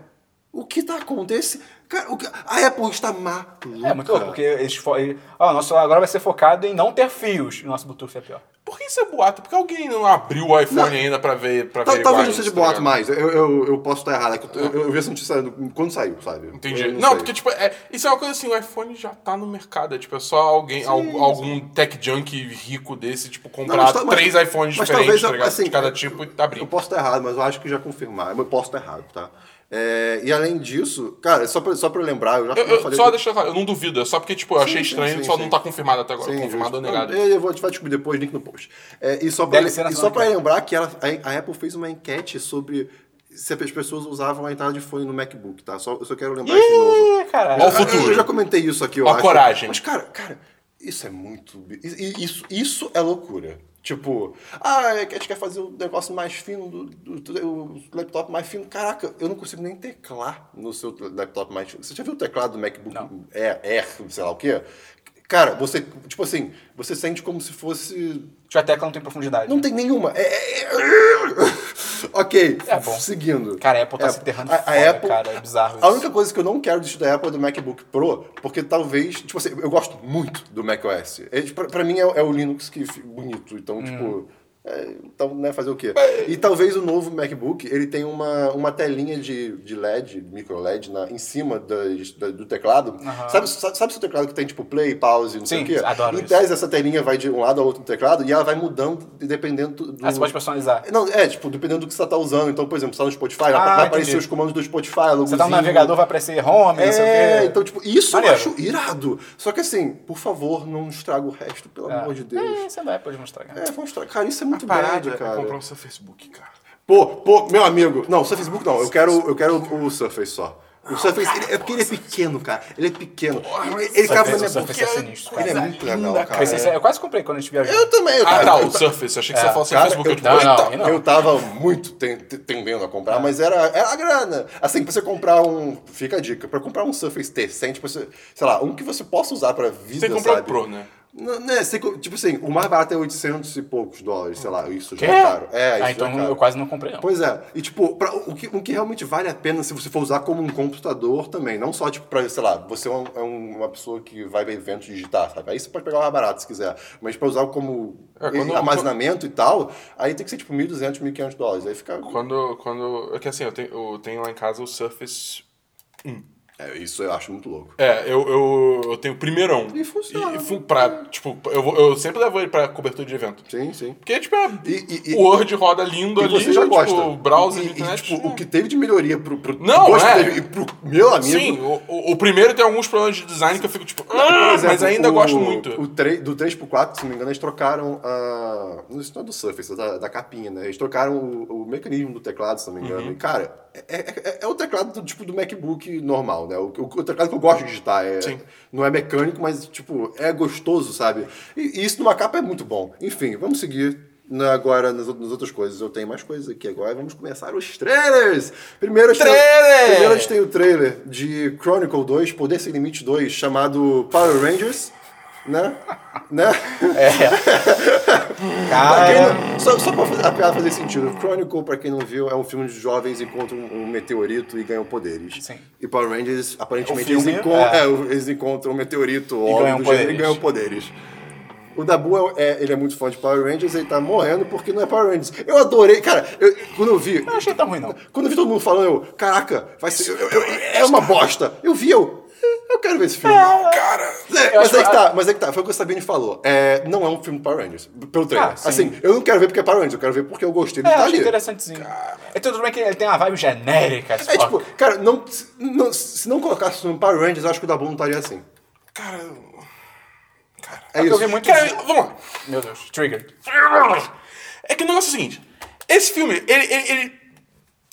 o que tá acontecendo? Cara, o que- a Apple está maluca. É muito louco, porque eles fo... ele- Ó, o nosso celular agora vai ser focado em não ter fios. E o nosso Bluetooth é pior. Por que isso é boato? Porque alguém não abriu o iPhone Não. ainda pra ver. Pra Tal- ver talvez igual não seja isso, boato tá ligado? mais, eu, eu, eu posso estar errado, é que eu, eu, eu vi essa notícia quando saiu, sabe? Entendi. Eu Não, sei. porque, tipo, é- isso é uma coisa assim, o iPhone já tá no mercado. É tipo, é só alguém, al- algum tech junk rico desse, tipo, comprar Não, mas tá- mas- três iPhones mas talvez, diferentes, tá ligado? assim, de cada tipo e abrir. Eu posso estar errado, mas eu acho que já confirmaram. Eu posso estar errado, tá? É, e além disso, cara, só pra, só pra eu lembrar, eu já Eu- eu- falei... só deixa eu falar, eu não duvido, é só porque, tipo, eu achei sim, estranho, sim, só sim. não tá confirmado até agora. Sim, é confirmado ou justo. negado. Eu, eu vou, a gente vai descobrir depois, link no post. É, e só pra, Deve ser na e só semana pra que vem. lembrar que ela- a, a Apple fez uma enquete sobre se as pessoas usavam a entrada de fone no MacBook, tá? Só, eu só quero lembrar isso de novo. Ih, caralho. Ó o Eu- eu- futuro. Eu já comentei isso aqui, eu Ó a acho. coragem. Mas, cara, cara, isso é muito... i- i- Isso, isso é loucura. Tipo, ah, a gente quer fazer o negócio mais fino, do, do- do- o laptop mais fino. Caraca, eu não consigo nem teclar no seu laptop mais fino. Você já viu o teclado do MacBook Air, Air, sei lá o quê? Cara, você, tipo assim, você sente como se fosse. Tipo, a tecla não tem profundidade. Não né? tem nenhuma. É- é- é- ok, É bom. seguindo. Cara, a Apple tá se enterrando É, A, a foda, Apple, cara. É bizarro isso. A única coisa que eu não quero disso da Apple é do MacBook Pro, porque talvez, tipo assim, eu gosto muito do macOS. É, tipo, pra, pra mim é, é o Linux que fi- bonito, Hum. então, tipo... é, então, né, fazer o quê? E talvez o novo MacBook, ele tenha uma, uma telinha de, de LED, micro LED, na, em cima das- da- do teclado. Sabe, sabe, sabe seu teclado que tem, tipo, play, pause, não sei Sim, o quê? adoro em isso. tese, essa telinha vai de um lado ao outro do teclado e ela vai mudando dependendo do... Ah, você pode personalizar. Não, é, tipo, dependendo do que você tá usando. Então, por exemplo, você tá no Spotify, vai- Ah, vai aparecer entendi. os comandos do Spotify, logozinho. Você tá no navegador, vai aparecer home, não sei o É, quê. então, tipo, isso Maneiro. eu acho irado. Só que assim, por favor, não estraga o resto, pelo amor de Deus. É, você não é, pode mostrar, cara. É, vamos estragar. Cara, isso é muito Parada bad, é cara. comprar o seu Facebook, cara. Pô, pô, meu amigo. Não, o Surface Book não. Eu quero, eu quero o Surface só. Ah, O Surface, ele- é porque ele é pequeno, cara. Ele é pequeno. Ele, ele cabe Surface- na minha o Surface boca. é sinistro, cara. Ele é muito legal, cara. Esse- esse- Eu quase comprei quando a gente viajou. Eu também, Ah, cara. tá, o Surface. Eu achei que você ia falar sobre o Cara, Facebook. eu, Eu, tipo, Não, eita, é não. aí eu tava muito ten- te- tendendo a comprar, mas era, era a grana. Assim, pra você comprar um. Fica a dica, pra comprar um Surface decente, pra você, sei lá, um que você possa usar pra vida. Você um comprou sabe? o Pro, né? Não, né, você co- tipo assim, o mais barato é 800 e poucos dólares, sei lá, isso já Quê? é caro. É, isso ah, já então é caro. eu quase não comprei, não. Pois é, e tipo, pra, o, que, o que realmente vale a pena se você for usar como um computador também, não só tipo pra, sei lá, você é, um- é um- uma pessoa que vai ver eventos digitar, sabe? Aí você pode pegar o mais barato se quiser, mas pra usar como É, quando- armazenamento e tal, aí tem que ser tipo 1.200, 1.500 dólares, aí fica... Quando. quando é que assim, eu tenho, eu tenho lá em casa o Surface. É, isso eu acho muito louco. É, eu, eu, eu tenho o primeirão. E funciona. né? E, fu- pra, tipo, eu, vou- eu sempre levo ele pra cobertura de evento. Sim, sim. Porque, tipo, é, E- e- e- o Word roda lindo E ali, você já tipo, gosta. o browser e, de e, internet. tipo, é. o que teve de melhoria pro, pro Não, gosto é. dele e pro meu amigo... Sim, o, o- o primeiro tem alguns problemas de design que eu fico, tipo, Por "Ah", exemplo, mas ainda é o- gosto muito. O tre- do 3 pro 4, se não me engano, eles trocaram a. não, Isso não é do Surface, é da, da capinha, né? Eles trocaram o, o mecanismo do teclado, se não me engano. Uhum. E, cara, é, é- é- é o teclado do tipo do MacBook normal, né? O, o- o teclado que eu gosto de digitar. É, Sim. Não é mecânico, mas, tipo, é gostoso, sabe? E, e isso numa capa é muito bom. Enfim, vamos seguir. na- agora, nas, out- nas outras coisas, eu tenho mais coisas aqui agora. Vamos começar os trailers! Primeiro, a gente tem- Trailer! primeiro a gente tem o trailer de Chronicle 2, Poder Sem Limite 2, chamado Power Rangers, né? né? É. Ah, Pra quem não- só, só pra fazer, a piada fazer sentido, Chronicle, pra quem não viu, é um filme de jovens que encontram um meteorito e ganham poderes. Sim. E Power Rangers, aparentemente, É um eles, filme, encon- é. é, eles encontram um meteorito E óbvio, ganham do gênero, poderes. e ganham poderes. O Dabu, é, é- ele é muito fã de Power Rangers, ele tá morrendo porque não é Power Rangers. Eu adorei, cara, eu- quando eu vi, Não achei tão ruim, não. quando eu vi todo mundo falando, eu, caraca, vai ser. eu- eu- é uma bosta. Eu vi, eu. "Eh, Eu quero ver esse filme. Cara! É, mas acho- é que tá, mas é que tá. Foi o que o Sabine falou. É, não é um filme Power Rangers. Pelo trailer. Ah, sim. assim, eu não quero ver porque é Power Rangers, eu quero ver porque eu gostei do É, tá acho ali. interessantezinho. É tudo bem que ele tem uma vibe genérica. É tipo, cara, não, se- não- se não colocasse o filme Power Rangers, eu acho que o Dabu não estaria assim. Cara. eu- Cara. É eu isso. vi muito... Cara, vamos lá. Meu Deus, triggered. É que o negócio é o seguinte: esse filme, ele. ele- ele,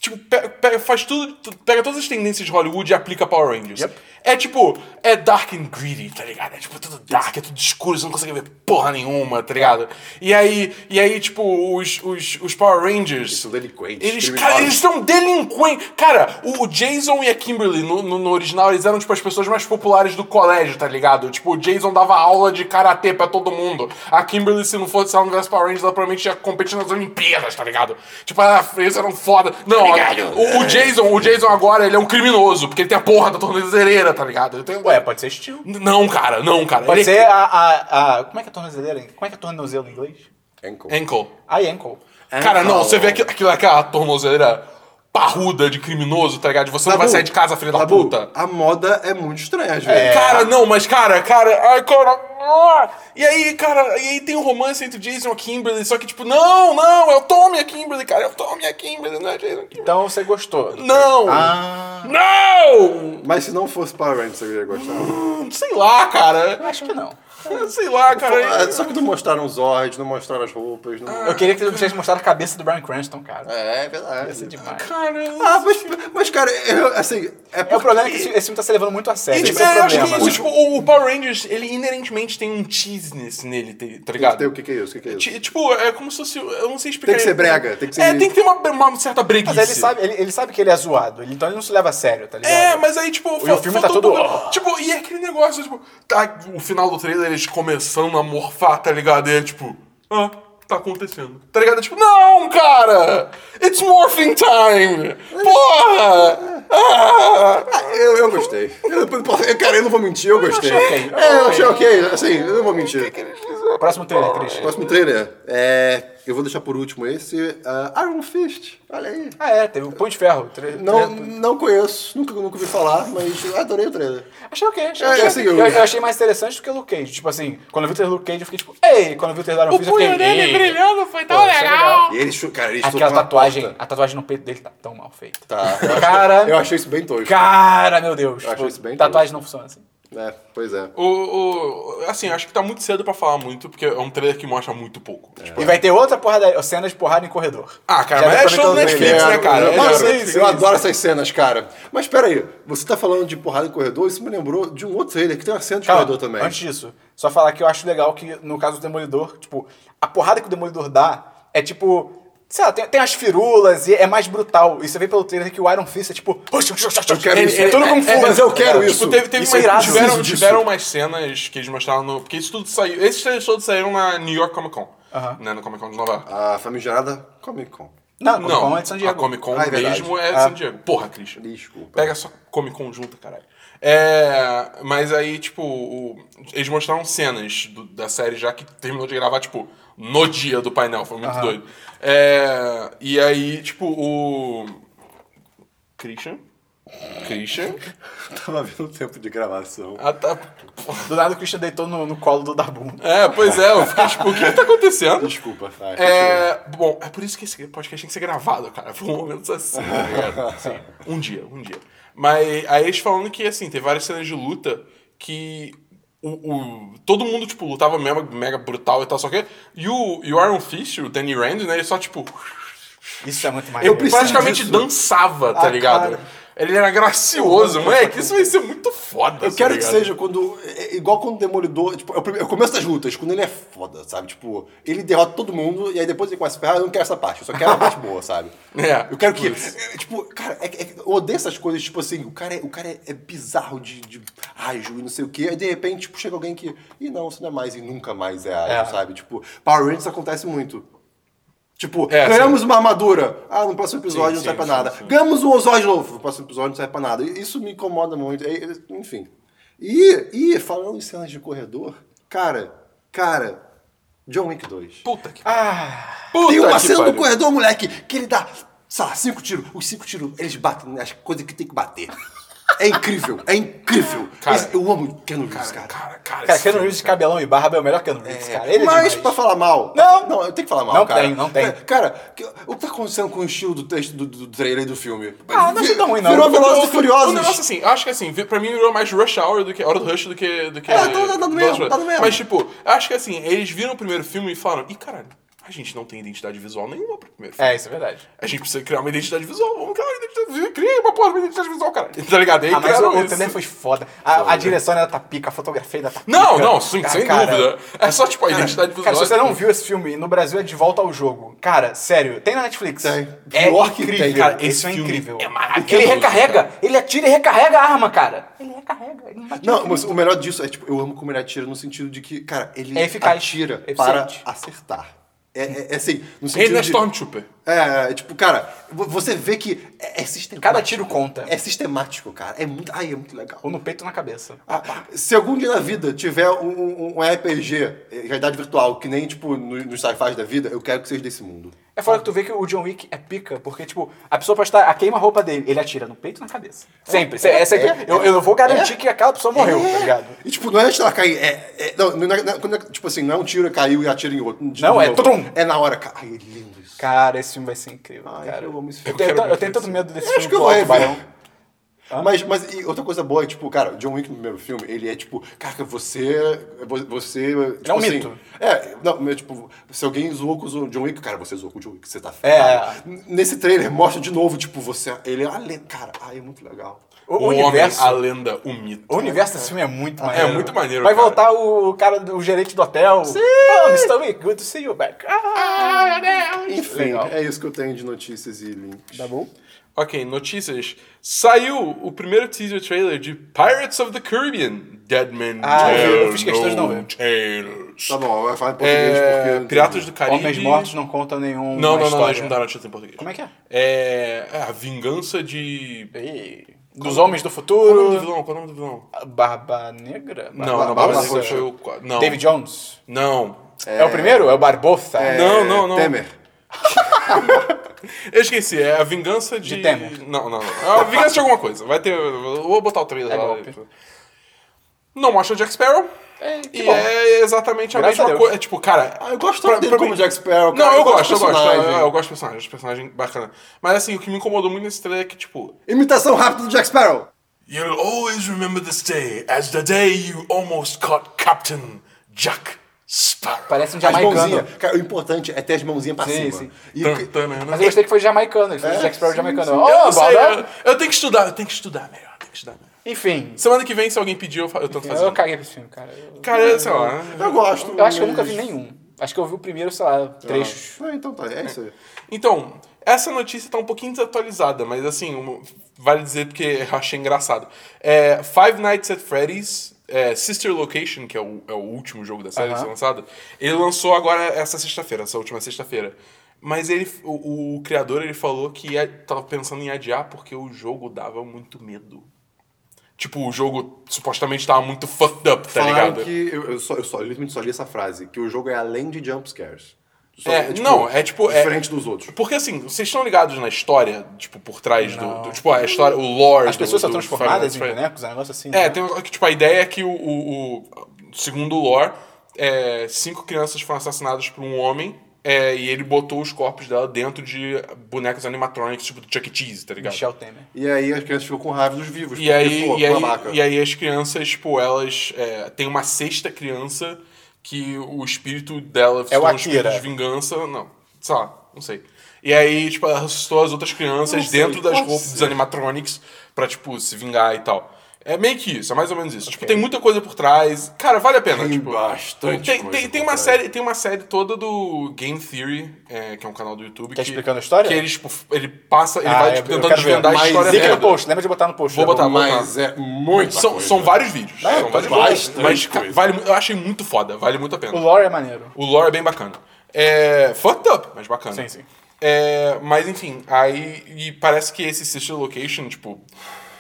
tipo, pe- pega, faz tudo. tu- Pega todas as tendências de Hollywood e aplica Power Rangers. Yep. É tipo, é dark and greedy, tá ligado? É tipo, é tudo dark, é tudo escuro, você não consegue ver porra nenhuma, tá ligado? E aí, e aí tipo, os, os, os Power Rangers. são delinquentes, Eles, criminosos. cara, eles são delinquentes. Cara, o, o Jason e a Kimberly no, no- no original, eles eram, tipo, as pessoas mais populares do colégio, tá ligado? Tipo, o Jason dava aula de karatê pra todo mundo. A Kimberly, se não fosse se ela não tivesse Power Rangers, ela provavelmente ia competir nas Olimpíadas, tá ligado? Tipo, ela- eles eram foda. Não, o, o Jason, o Jason agora, ele é um criminoso, porque ele tem a porra da tornozeleira, tá ligado? Ele tem- Ué, pode ser estilo. N- Não, cara, não, cara. Pode Ele- é ser a, a, a- Como é que é tornozeleira? em- Como é que é tornozelo em inglês? Ankle. Ankle. A ankle. Cara, não, Ankle. você vê aquilo, aquilo aquela tornozeleira parruda de criminoso, tá ligado? De você não vai Dabu, sair de casa, filho da Dabu, puta. A moda é muito estranha, às vezes. Cara, não, mas cara, cara, ai, cara. ah! E aí, cara, e aí tem um romance entre o Jason e a Kimberly, só que tipo, não, não, eu tome a Kimberly, cara, eu tome a Kimberly, não é Jason Kimberly. Então você gostou. Não! Ah. Não! Mas se não fosse Power Rangers, eu iria gostar. Hum, Sei lá, cara. Acho que não. Sei lá, cara. Ah, Só que não mostraram os olhos, não mostraram as roupas. Não... Eu queria que vocês mostrassem a cabeça do Brian Cranston, cara. É, é verdade. Ia ser demais. Cara, Ah, mas, mas cara, eu, assim, é É o porque... problema é que esse, esse filme tá se levando muito a Ah, sério. E, tipo, Esse é o eu acho que problema. isso, tipo, o o Power Rangers, ele inerentemente tem um cheesiness nele, te- tá ligado? o que, que é isso? O que, que é isso? Ti- Tipo, é como se fosse. Eu não sei explicar. Tem que ser brega, tem que ser- É, tem que ter uma, uma certa breguice. Mas ele sabe, ele, ele sabe que ele é zoado, ele- então ele não se leva a sério, tá ligado? É, mas aí, tipo, fa- o filme tá faltou todo- um pouco- Tipo, e é aquele negócio, tipo, tá, o final do trailer, eles começando a morfar, tá ligado? E é tipo, ah, tá acontecendo. Tá ligado? É Tipo, não, cara! It's morphing time! é. Porra! Ah! Eu, eu gostei. Eu, eu- cara, eu não vou mentir, eu gostei. achei ok. É, eu achei ok, assim, eu não vou mentir. Próximo trailer, é Christian. Próximo trailer é. Eu vou deixar por último esse ah, Iron Fist. Olha aí. Ah, é, teve o Punho de Ferro. Tra- Não, tra- não conheço, nunca, nunca ouvi falar, mas adorei o trailer. Achei ok, achei É, ok. assim, eu- eu, eu achei mais interessante do que o Luke Cage. Tipo assim, quando eu vi o trailer do Luke Cage, eu fiquei tipo, ei, quando eu vi o trailer do Iron Fist, eu fiquei... ei. foi tão Pô, isso é legal. E eles, cara, eles Aquela tocaram na tatuagem, Ah. porta. a tatuagem no peito dele tá tão mal feita. é Tá. Cara, Eu achei isso bem tosco. cara, meu Deus. Eu achei Tipo, isso bem tatuagem não funciona assim. É, pois é. O, o- assim, acho que tá muito cedo pra falar muito, porque é um trailer que mostra muito pouco. É. Tipo, E vai ter outra porrada, cena de porrada em corredor. ah, cara, Já mas é depois um show do eu tô Netflix, vendo. né, cara? eu, É Mas show do sim, Netflix. sim. eu adoro essas cenas, cara. Mas peraí, você tá falando de porrada em corredor, isso me lembrou de um outro trailer que tem uma cena de Calma, corredor também. Antes disso, só falar que eu acho legal que, no caso do Demolidor, tipo, a porrada que o Demolidor dá é tipo. Sei lá, tem, tem as firulas e é mais brutal. E você vê pelo trailer que o Iron Fist é tipo. Eu quero isso. É, tudo É, como é, mas eu quero isso. Tipo, teve, teve Isso é uma- irado. tiveram, Preciso disso. tiveram umas cenas que eles mostraram no. Porque isso tudo saiu. Esses trailers todos saíram na New York Comic Con. Aham. Né, no Comic Con de Nova York. A famigerada Comic Con. Não, não, é de São a Diego. Comic Con Ah, é verdade. mesmo é de San Diego. Porra, Christian. Desculpa. Pega só Comic Con junto, caralho. É, mas aí, tipo, o- eles mostraram cenas do- da série já que terminou de gravar, tipo, no dia do painel. Foi muito doido. É, e aí, tipo, o. Christian? Christian? Tava vendo o tempo de gravação. Ah, tá. Do nada o Christian deitou no, no colo do Dabu. É, pois é, eu fiquei tipo, o que que tá acontecendo? Desculpa. Ai, É, bom, é por isso que esse podcast tem que ser gravado, cara. Foi um momento assim, tá ligado? Assim, um dia, um dia. Mas aí eles falando que, assim, tem várias cenas de luta que o, o- todo mundo, tipo, lutava mega, mega brutal e tal, só que... E o, e o Iron Fist, o Danny Rand, né, ele só, tipo... Isso é muito mais. Eu preciso praticamente disso. dançava, tá Ah, ligado? cara. Ele era gracioso, moleque. Isso vai ser muito foda, Eu tá quero que ligado? seja quando. é- é Igual quando o Demolidor. Tipo, é o prime- é o começo das lutas, quando ele é foda, sabe? Tipo, ele derrota todo mundo e aí depois ele começa a ferrar. Eu não quero essa parte, eu só quero a parte boa, sabe? É, Eu quero que. isso. é, tipo, cara, é que- é que eu odeio essas coisas, tipo assim, o cara é, o cara é, é bizarro de, de ágil e não sei o quê. Aí de repente, tipo, chega alguém que. Ih, não, isso não é mais e nunca mais é ágil, É. sabe? Tipo, Power Rangers acontece muito. Tipo, É, ganhamos uma armadura. Ah, no próximo episódio Sim, não serve sim, pra sim, nada. sim. Ganhamos um Osório novo. No próximo episódio não serve pra nada. E Isso me incomoda muito. É, é, Enfim. E, e falando em cenas de corredor, cara, cara, John Wick 2. Puta que... Ah, Puta Tem um- uma que cena no pariu. corredor, moleque, que ele dá, sei lá, cinco tiros. Os cinco tiros, eles batem nas coisas que tem que bater. É incrível, é incrível. Cara. Esse- eu amo Keanu Reeves, cara. um Cara, cara, cara, esse Keanu Reeves de cabelão e barba é o melhor Keanu Reeves, cara. Ele é Mas demais. pra falar mal. Não. Não, eu tenho que falar mal, Não cara. tem, não tem. É, Cara, que- o que tá acontecendo com o estilo do texto do, do trailer e do filme? Ah, não achei tão ruim, não. um Virou Velozes O- e o- Furiosos. O negócio assim, eu acho que assim, vi- pra mim virou mais Rush Hour do que Hora do Rush do que. Do que É, tá- tá- tá do mesmo, Velozes e tá do mesmo. Mas, tipo, eu acho que assim, eles viram o primeiro filme e falaram, ih, caralho, a gente não tem identidade visual nenhuma pro primeiro filme. É, isso é verdade. A gente precisa criar uma identidade visual. Vamos criar uma identidade visual. Cria uma porra de uma identidade visual, cara. Tá ligado? Aí Ah, mas o, criaram o isso. trailer foi foda. A, a direção ainda tá pica, a fotografia ainda tá pica. Não, não, sim, sem cara, dúvida. É só, tipo, a identidade visual. Cara, se você não viu esse filme no Brasil é de volta ao jogo. Cara, sério, tem na Netflix. Tem. É Pior que incrível. tem. Cara, Esse esse é filme incrível. é maravilhoso, Porque ele recarrega, cara. ele atira e recarrega a arma, cara. Ele recarrega, ele não atira. Não, mas o melhor disso é, tipo, eu amo como ele atira no sentido de que, cara, ele É eficaz, atira eficiente. para acertar. É, é, é assim, no sentido Ele não é de... Stormtrooper. É, é, tipo, cara, vo- você vê que é, é sistemático. Cada tiro conta. É sistemático, cara. É muito... Ai, é muito legal. Ou no peito ou na cabeça. Ah, se algum dia na vida tiver um, um- um RPG, eh, realidade virtual, que nem, tipo, no- nos sci-fi da vida, eu quero que seja desse mundo. É fora que tu vê que o John Wick é pica, porque, tipo, a pessoa pode estar. A queima-roupa dele, ele atira no peito e na cabeça. Sempre. se- é sempre. é, eu, eu não vou garantir que aquela pessoa morreu, tá ligado? E, tipo, não é antes dela cair, é... é- não, não é- não é- quando é- tipo assim, não é um tiro, caiu e atira em outro. de Não, é novo. tudum. É na hora, cara. Ai, é lindo isso. Cara, esse filme vai ser incrível, Ai, cara. eu amo esse Eu filme. tenho, quero tan- eu muito tenho esse tanto medo desse Eu acho filme que eu com vou o rever. Tubarão. Mas, mas e outra coisa boa é, tipo, cara, o John Wick no primeiro filme, ele é tipo, cara, você. Você. tipo, é um assim, mito. É, não, mas, tipo, se alguém zoou com o John Wick, cara, você zoou com o John Wick, você tá feio. É. Nesse trailer mostra de novo, tipo, você. Ele é a lenda. Cara, ai, é muito legal. O, o universo. homem, a lenda, o mito. O universo desse filme é muito maneiro. muito maneiro, Vai cara. voltar o cara, do- o gerente do hotel. Sim! Oh, Mr. Wick, good to see you back. Ah, Enfim, Legal. é isso que eu tenho de notícias e links. Tá bom? Ok, notícias. Saiu o primeiro teaser trailer de Pirates of the Caribbean. Dead Men Ah, eu vi, Tell eu fiz questão de não No ver. Tales. Tá bom, vai falar em português É, porque. Piratas do Caribe. Homens mortos não contam nenhum. Não, não, não, história. eles mudaram a título em português. Como é que é? É, é a vingança de... Ih, Dos homens do Qual é o nome do futuro. vilão? Qual é o nome do vilão? Ah, Barba Negra? Não, não, Barba Barba Negra Roxa. foi o... qua- Não. David Jones. Não. É, o primeiro? É o Barbosa? Não, não, não. Temer. Eu esqueci, é a vingança de. De Temer. Não, não, não. É a vingança de alguma coisa. Vai ter. eu Vou botar o trailer É lá. golpe. Não mostra o Jack Sparrow. É, que e bom. é exatamente a Graças a mesma Deus. coisa. É tipo, cara. Ah, eu gosto tanto dele como Jack Sparrow. cara, Não, eu, gosto, do eu gosto. Eu, personagem. eu gosto do personagem, personagem bacana. Mas assim, o que me incomodou muito nesse trailer é que, tipo. Imitação rápida do Jack Sparrow. You'll always remember this day as the day you almost caught Captain Jack Sparrow. Parece um As jamaicano. mãozinhas. Cara, o importante é ter as mãozinhas pra Sim, cima. sim. E o que- Mas eu gostei que foi jamaicano. Ele fez É, o Jack Sparrow sim, jamaicano. sim. Oh, Eu não sei, Barba- eu, eu tenho que estudar, eu tenho que estudar melhor, eu tenho que estudar melhor. Enfim, Semana que vem, se alguém pedir, eu, fa- eu tento fazer. eu né? caguei pra esse filme, cara. Eu, Cara, sei lá. Eu gosto. eu acho que eu nunca mas- vi nenhum. Acho que eu vi o primeiro, sei lá, trechos. Ah, então tá, é isso aí. Então, essa notícia tá um pouquinho desatualizada, mas assim, um- vale dizer porque eu achei engraçado. É, Five Nights at Freddy's, é, Sister Location, que é o, é o último jogo da série a ser Aham. lançado, ele lançou agora essa sexta-feira, essa última sexta-feira. Mas ele, o, o criador ele falou que ia, tava pensando em adiar porque o jogo dava muito medo. Tipo, o jogo supostamente tava muito fucked up, tá Falaram ligado? que eu, eu só, eu só, eu literalmente só li essa frase, que o jogo é além de jump scares. Só- É, não, é tipo, é- Diferente dos outros. Porque assim, vocês estão ligados na história, tipo, por trás do, do- Tipo, a história, o lore. As pessoas do, são do transformadas em Final Fantasy. bonecos, é um negócio assim. É, né? tem, um- tipo, a ideia é que o. o- o- segundo o lore, é, cinco crianças foram assassinadas por um homem. é, e ele botou os corpos dela dentro de bonecos animatronics, tipo do Chuck E. Cheese, tá ligado? Michel Temer. E aí as crianças ficam com raiva dos vivos. E aí, pô, e, aí, babaca. e aí as crianças, tipo, elas. é, tem uma sexta criança que o espírito dela se É o torna um espírito Akira. de vingança. Não, sei lá, não sei. E aí, tipo, ela ressuscitou as outras crianças Não sei, dentro das pode roupas ser. dos animatronics pra, tipo, se vingar e tal. É meio que isso, é mais ou menos isso. Tipo, tem muita coisa por trás. Cara, vale a pena. Tem tipo, bastante tem, coisa tem, por tem uma trás. série Tem uma série toda do Game Theory, é, que é um canal do YouTube. Quer explicando a história? Que ele, tipo, ele passa, ele Ah, vai eu- tipo, eu tentando quero ver. é desvendar a Mas história fica Liga dela. no post, lembra de botar no post. Vou tá bom? botar, vou botar. Mas é muito. São, são vários vídeos. É, são pode vários crer. vídeos. Mas ca- Bastante vale, mu- eu achei muito foda, vale muito a O pena. lore é maneiro. O lore é bem bacana. É. Fucked up, mas bacana. Sim, sim. É, mas enfim, aí. E parece que esse Sister Location, tipo.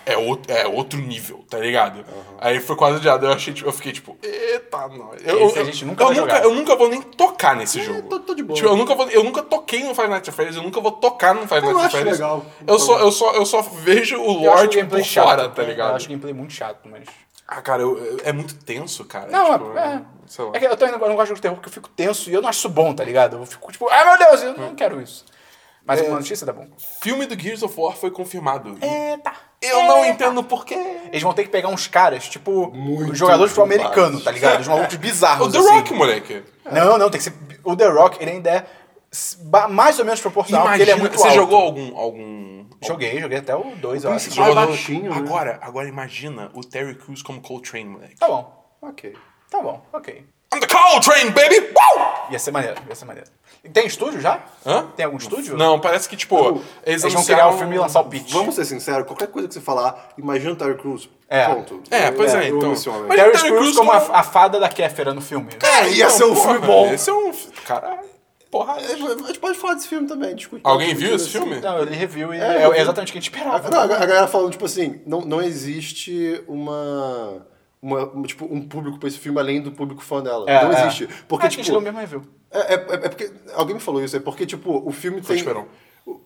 É outro, é outro nível, tá ligado? Aí foi quase adiado. Eu, achei, tipo, eu fiquei tipo, eita, não. Eu, Esse a eu- gente nunca eu vai jogar. É, Eu nunca vou nem tocar nesse jogo. tô- tô de boa. Tipo, eu nunca, vou, eu nunca toquei no Five Nights at Freddy's, eu nunca vou tocar no Five Nights at acho Freddy's. legal. Eu só, eu, só, eu só vejo o Eu acho o Lorde por gameplay fora, chato. né? tá ligado? Eu acho o gameplay muito chato, mas. Ah, cara, eu- eu- é muito tenso, cara. Não, Tipo, é. Sei lá. É que eu também não eu não gosto de jogo de terror porque eu fico tenso e eu não acho isso bom, tá ligado? Eu fico tipo, ah meu Deus, eu não quero isso. É. Mas uma notícia tá bom. Filme do Gears of War foi confirmado. E Eita! Eu não entendo por quê. Eles vão ter que pegar uns caras, tipo, Muito jogadores pro bizarros. americano, tá ligado? Os É malucos bizarros. O The assim. Rock, moleque. Não, não, tem que ser. O The Rock, ele ainda é s- ba- mais ou menos proporcional, porque ele é muito você alto. jogou algum... algum... Joguei, joguei até o 2, eu acho. Prince jogou no- baixinho, né? agora, agora imagina o Terry Crews como Coltrane, moleque. Tá bom, Ok. tá bom, ok. I'm the Coltrane, baby! Wow! Ia ser maneiro, ia ser maneiro. E Tem estúdio já? Hã? Tem algum estúdio? Não, parece que, tipo, Não, Eles eles, vão criar anunciaram- um o filme e lançar o pitch. Vamos ser sinceros, qualquer coisa que você falar, imagina o Terry Crews. É. Ponto. É, pois é, eu então. amo esse homem. Mas- Terry Terry Crews Crews como como- a, a fada da Kéfera no filme. né? Cara, ia ser um Porra, filme bom. Esse é um... Cara, porra. A gente pode falar desse filme também, discutir. Alguém viu esse Assim. filme? Não, ele review e É, é, eu vi. É, exatamente o que a gente esperava. Não, a a galera falando, tipo assim, não, não existe uma, uma- uma, tipo, um público pra esse filme além do público fã dela. É, não é. existe. Porque, Acho que a gente tipo, não mesmo review. é, é- é porque alguém me falou isso, é porque, tipo, é o filme tem... Esperon. O-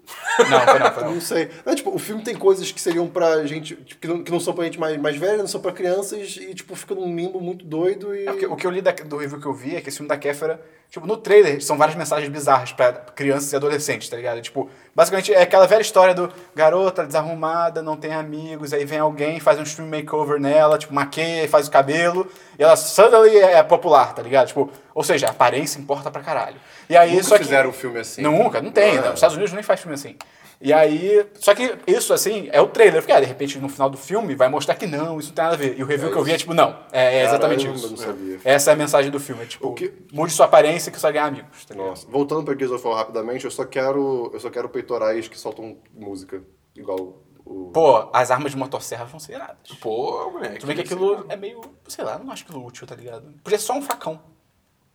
Não, foi não, foi não. Não sei. Não, tipo, o filme tem coisas que seriam pra gente. tipo, que, não, que não são pra gente mais, mais velha, não são pra crianças, e tipo, fica num limbo muito doido e. O que, É o que eu li da- do review que eu vi é que esse filme da Kéfera, tipo, no trailer são várias mensagens bizarras pra crianças e adolescentes, tá ligado? Tipo, basicamente é aquela velha história do garota desarrumada, não tem amigos, aí vem alguém, faz um stream makeover nela, tipo, maqueia, faz o cabelo, e ela suddenly é popular, tá ligado? Tipo, ou seja, a aparência importa pra caralho. E aí, Nunca só que... fizeram um filme assim. Não, nunca, não tem. Ah. né? Os Estados Unidos nem faz filme assim. E aí. Só que isso, assim, é o trailer. Eu fiquei, ah, de repente, no final do filme, vai mostrar que não, isso não tem nada a ver. E o review que eu vi é tipo, não, é, é exatamente Caramba, isso. não sabia. Essa é a mensagem do filme. É tipo, O que- mude sua aparência que você vai ganhar amigos. tá ligado? Nossa. Voltando pra Gears of War rapidamente, eu só quero. Eu só quero peitorais que soltam música. Igual o. Pô, as armas de motosserra vão ser iradas. Pô, moleque. Tudo bem que aquilo é meio, sei lá, não acho aquilo útil, tá ligado? Podia ser só um facão.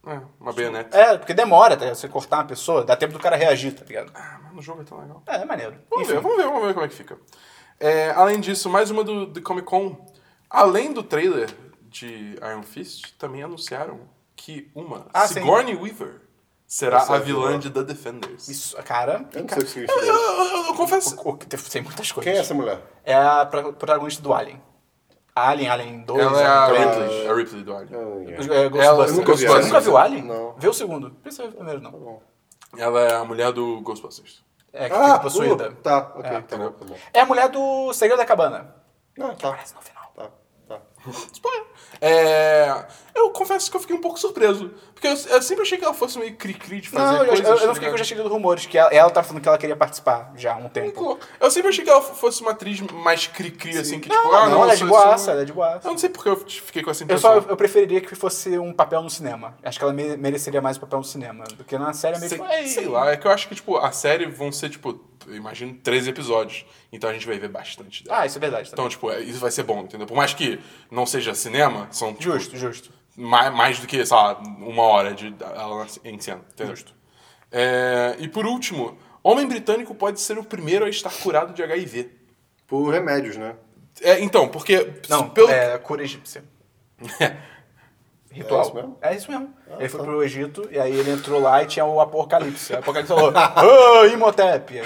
É, uma baioneta. É, porque demora, tá ligado? Você cortar uma pessoa, dá tempo do cara reagir, tá ligado? Ah, mas no jogo é tão legal. É, é maneiro. Vamos ver, Enfim, vamos ver, vamos ver como é que fica. É, além disso, mais uma do, do Comic Con. Além do trailer de Iron Fist, também anunciaram que uma, Ah, sim. Sigourney Weaver, será Essa é a a vilã vilã. de The Defenders. isso, cara, Eu não sei o cara que significa isso. Eu, eu- eu confesso. o- o- tem muitas coisas. É Quem é essa mulher? É a pro- protagonista do Alien. Alien, Alien 2. Ela é a Alien Ripley, a Ripley do Alien. Tá três. É, Ghostbusters. Ela- eu nunca vi Você Alien. nunca viu Alien? Não. Vê o segundo. Não precisa ver o primeiro, não. Ela é a mulher do Ghostbusters. É, que Ah, fica possuída. uh, tá, ok, É. tá bom, tá bom. É a mulher do Segredo da Cabana. Ah, tá, Parece no final. tá, tá. Spoiler. É, eu confesso que eu fiquei um pouco surpreso. Porque eu, eu sempre achei que ela fosse meio cri-cri de fazer Não, eu, coisas. eu- eu tá não fiquei com ligado? já chegando rumores, que ela, ela tá falando que ela queria participar já há um tempo. Eu sempre achei que ela fosse uma atriz mais cri-cri, assim, que tipo, ah, não, não, ela é de eu sou- boaça, sou- ela é de boaça. Eu não sei porque eu fiquei com essa Eu só impressão. eu preferiria que fosse um papel no cinema. Acho que ela me- mereceria mais um papel no cinema. Do que na série é meio sei, tipo, "Ei". sei lá, é que eu acho que, tipo, a série vão ser, tipo, eu imagino, 13 episódios. Então a gente vai ver bastante dela. Ah, isso é verdade. Também. Então, tipo, é- isso vai ser bom, entendeu? Por mais que não seja cinema, são tipo, Justo, justo. mais, mais do que, sei lá, uma hora de ela nas- em cena, entendeu? É, e por último, homem britânico pode ser o primeiro a estar curado de HIV. Por remédios, né? É, então, porque. Não, pelo- é cura egípcia. Ritual. É isso mesmo? É isso mesmo. ele foi pro Egito e aí ele entrou lá e tinha o Apocalipse. Aí O Apocalipse falou, ô, Imhotep! Aí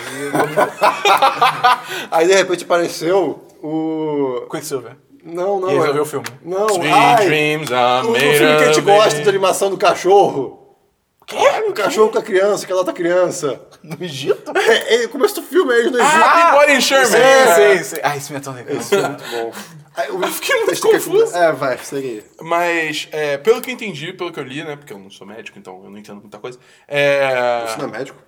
Aí de repente apareceu o. o Quicksilver. Não, não. E resolveu é- o filme. Não, Sweet ai, dreams are o, o made filme que a gente of gosta de it. animação do cachorro. Caralho, o cachorro com a criança, que ela tá criança. No Egito? É, é, começo do filme, é eles no Egito. Ah, tem Body Sherman. Sim, sim, sim. Ah, esse filme é tão legal. Muito bom. Aí, o- Eu fiquei muito Esse que é- confuso. É, vai, segue aí. Mas, é, pelo que eu entendi, pelo que eu li, né? Porque eu não sou médico, então eu não entendo muita coisa. É. Você não é médico?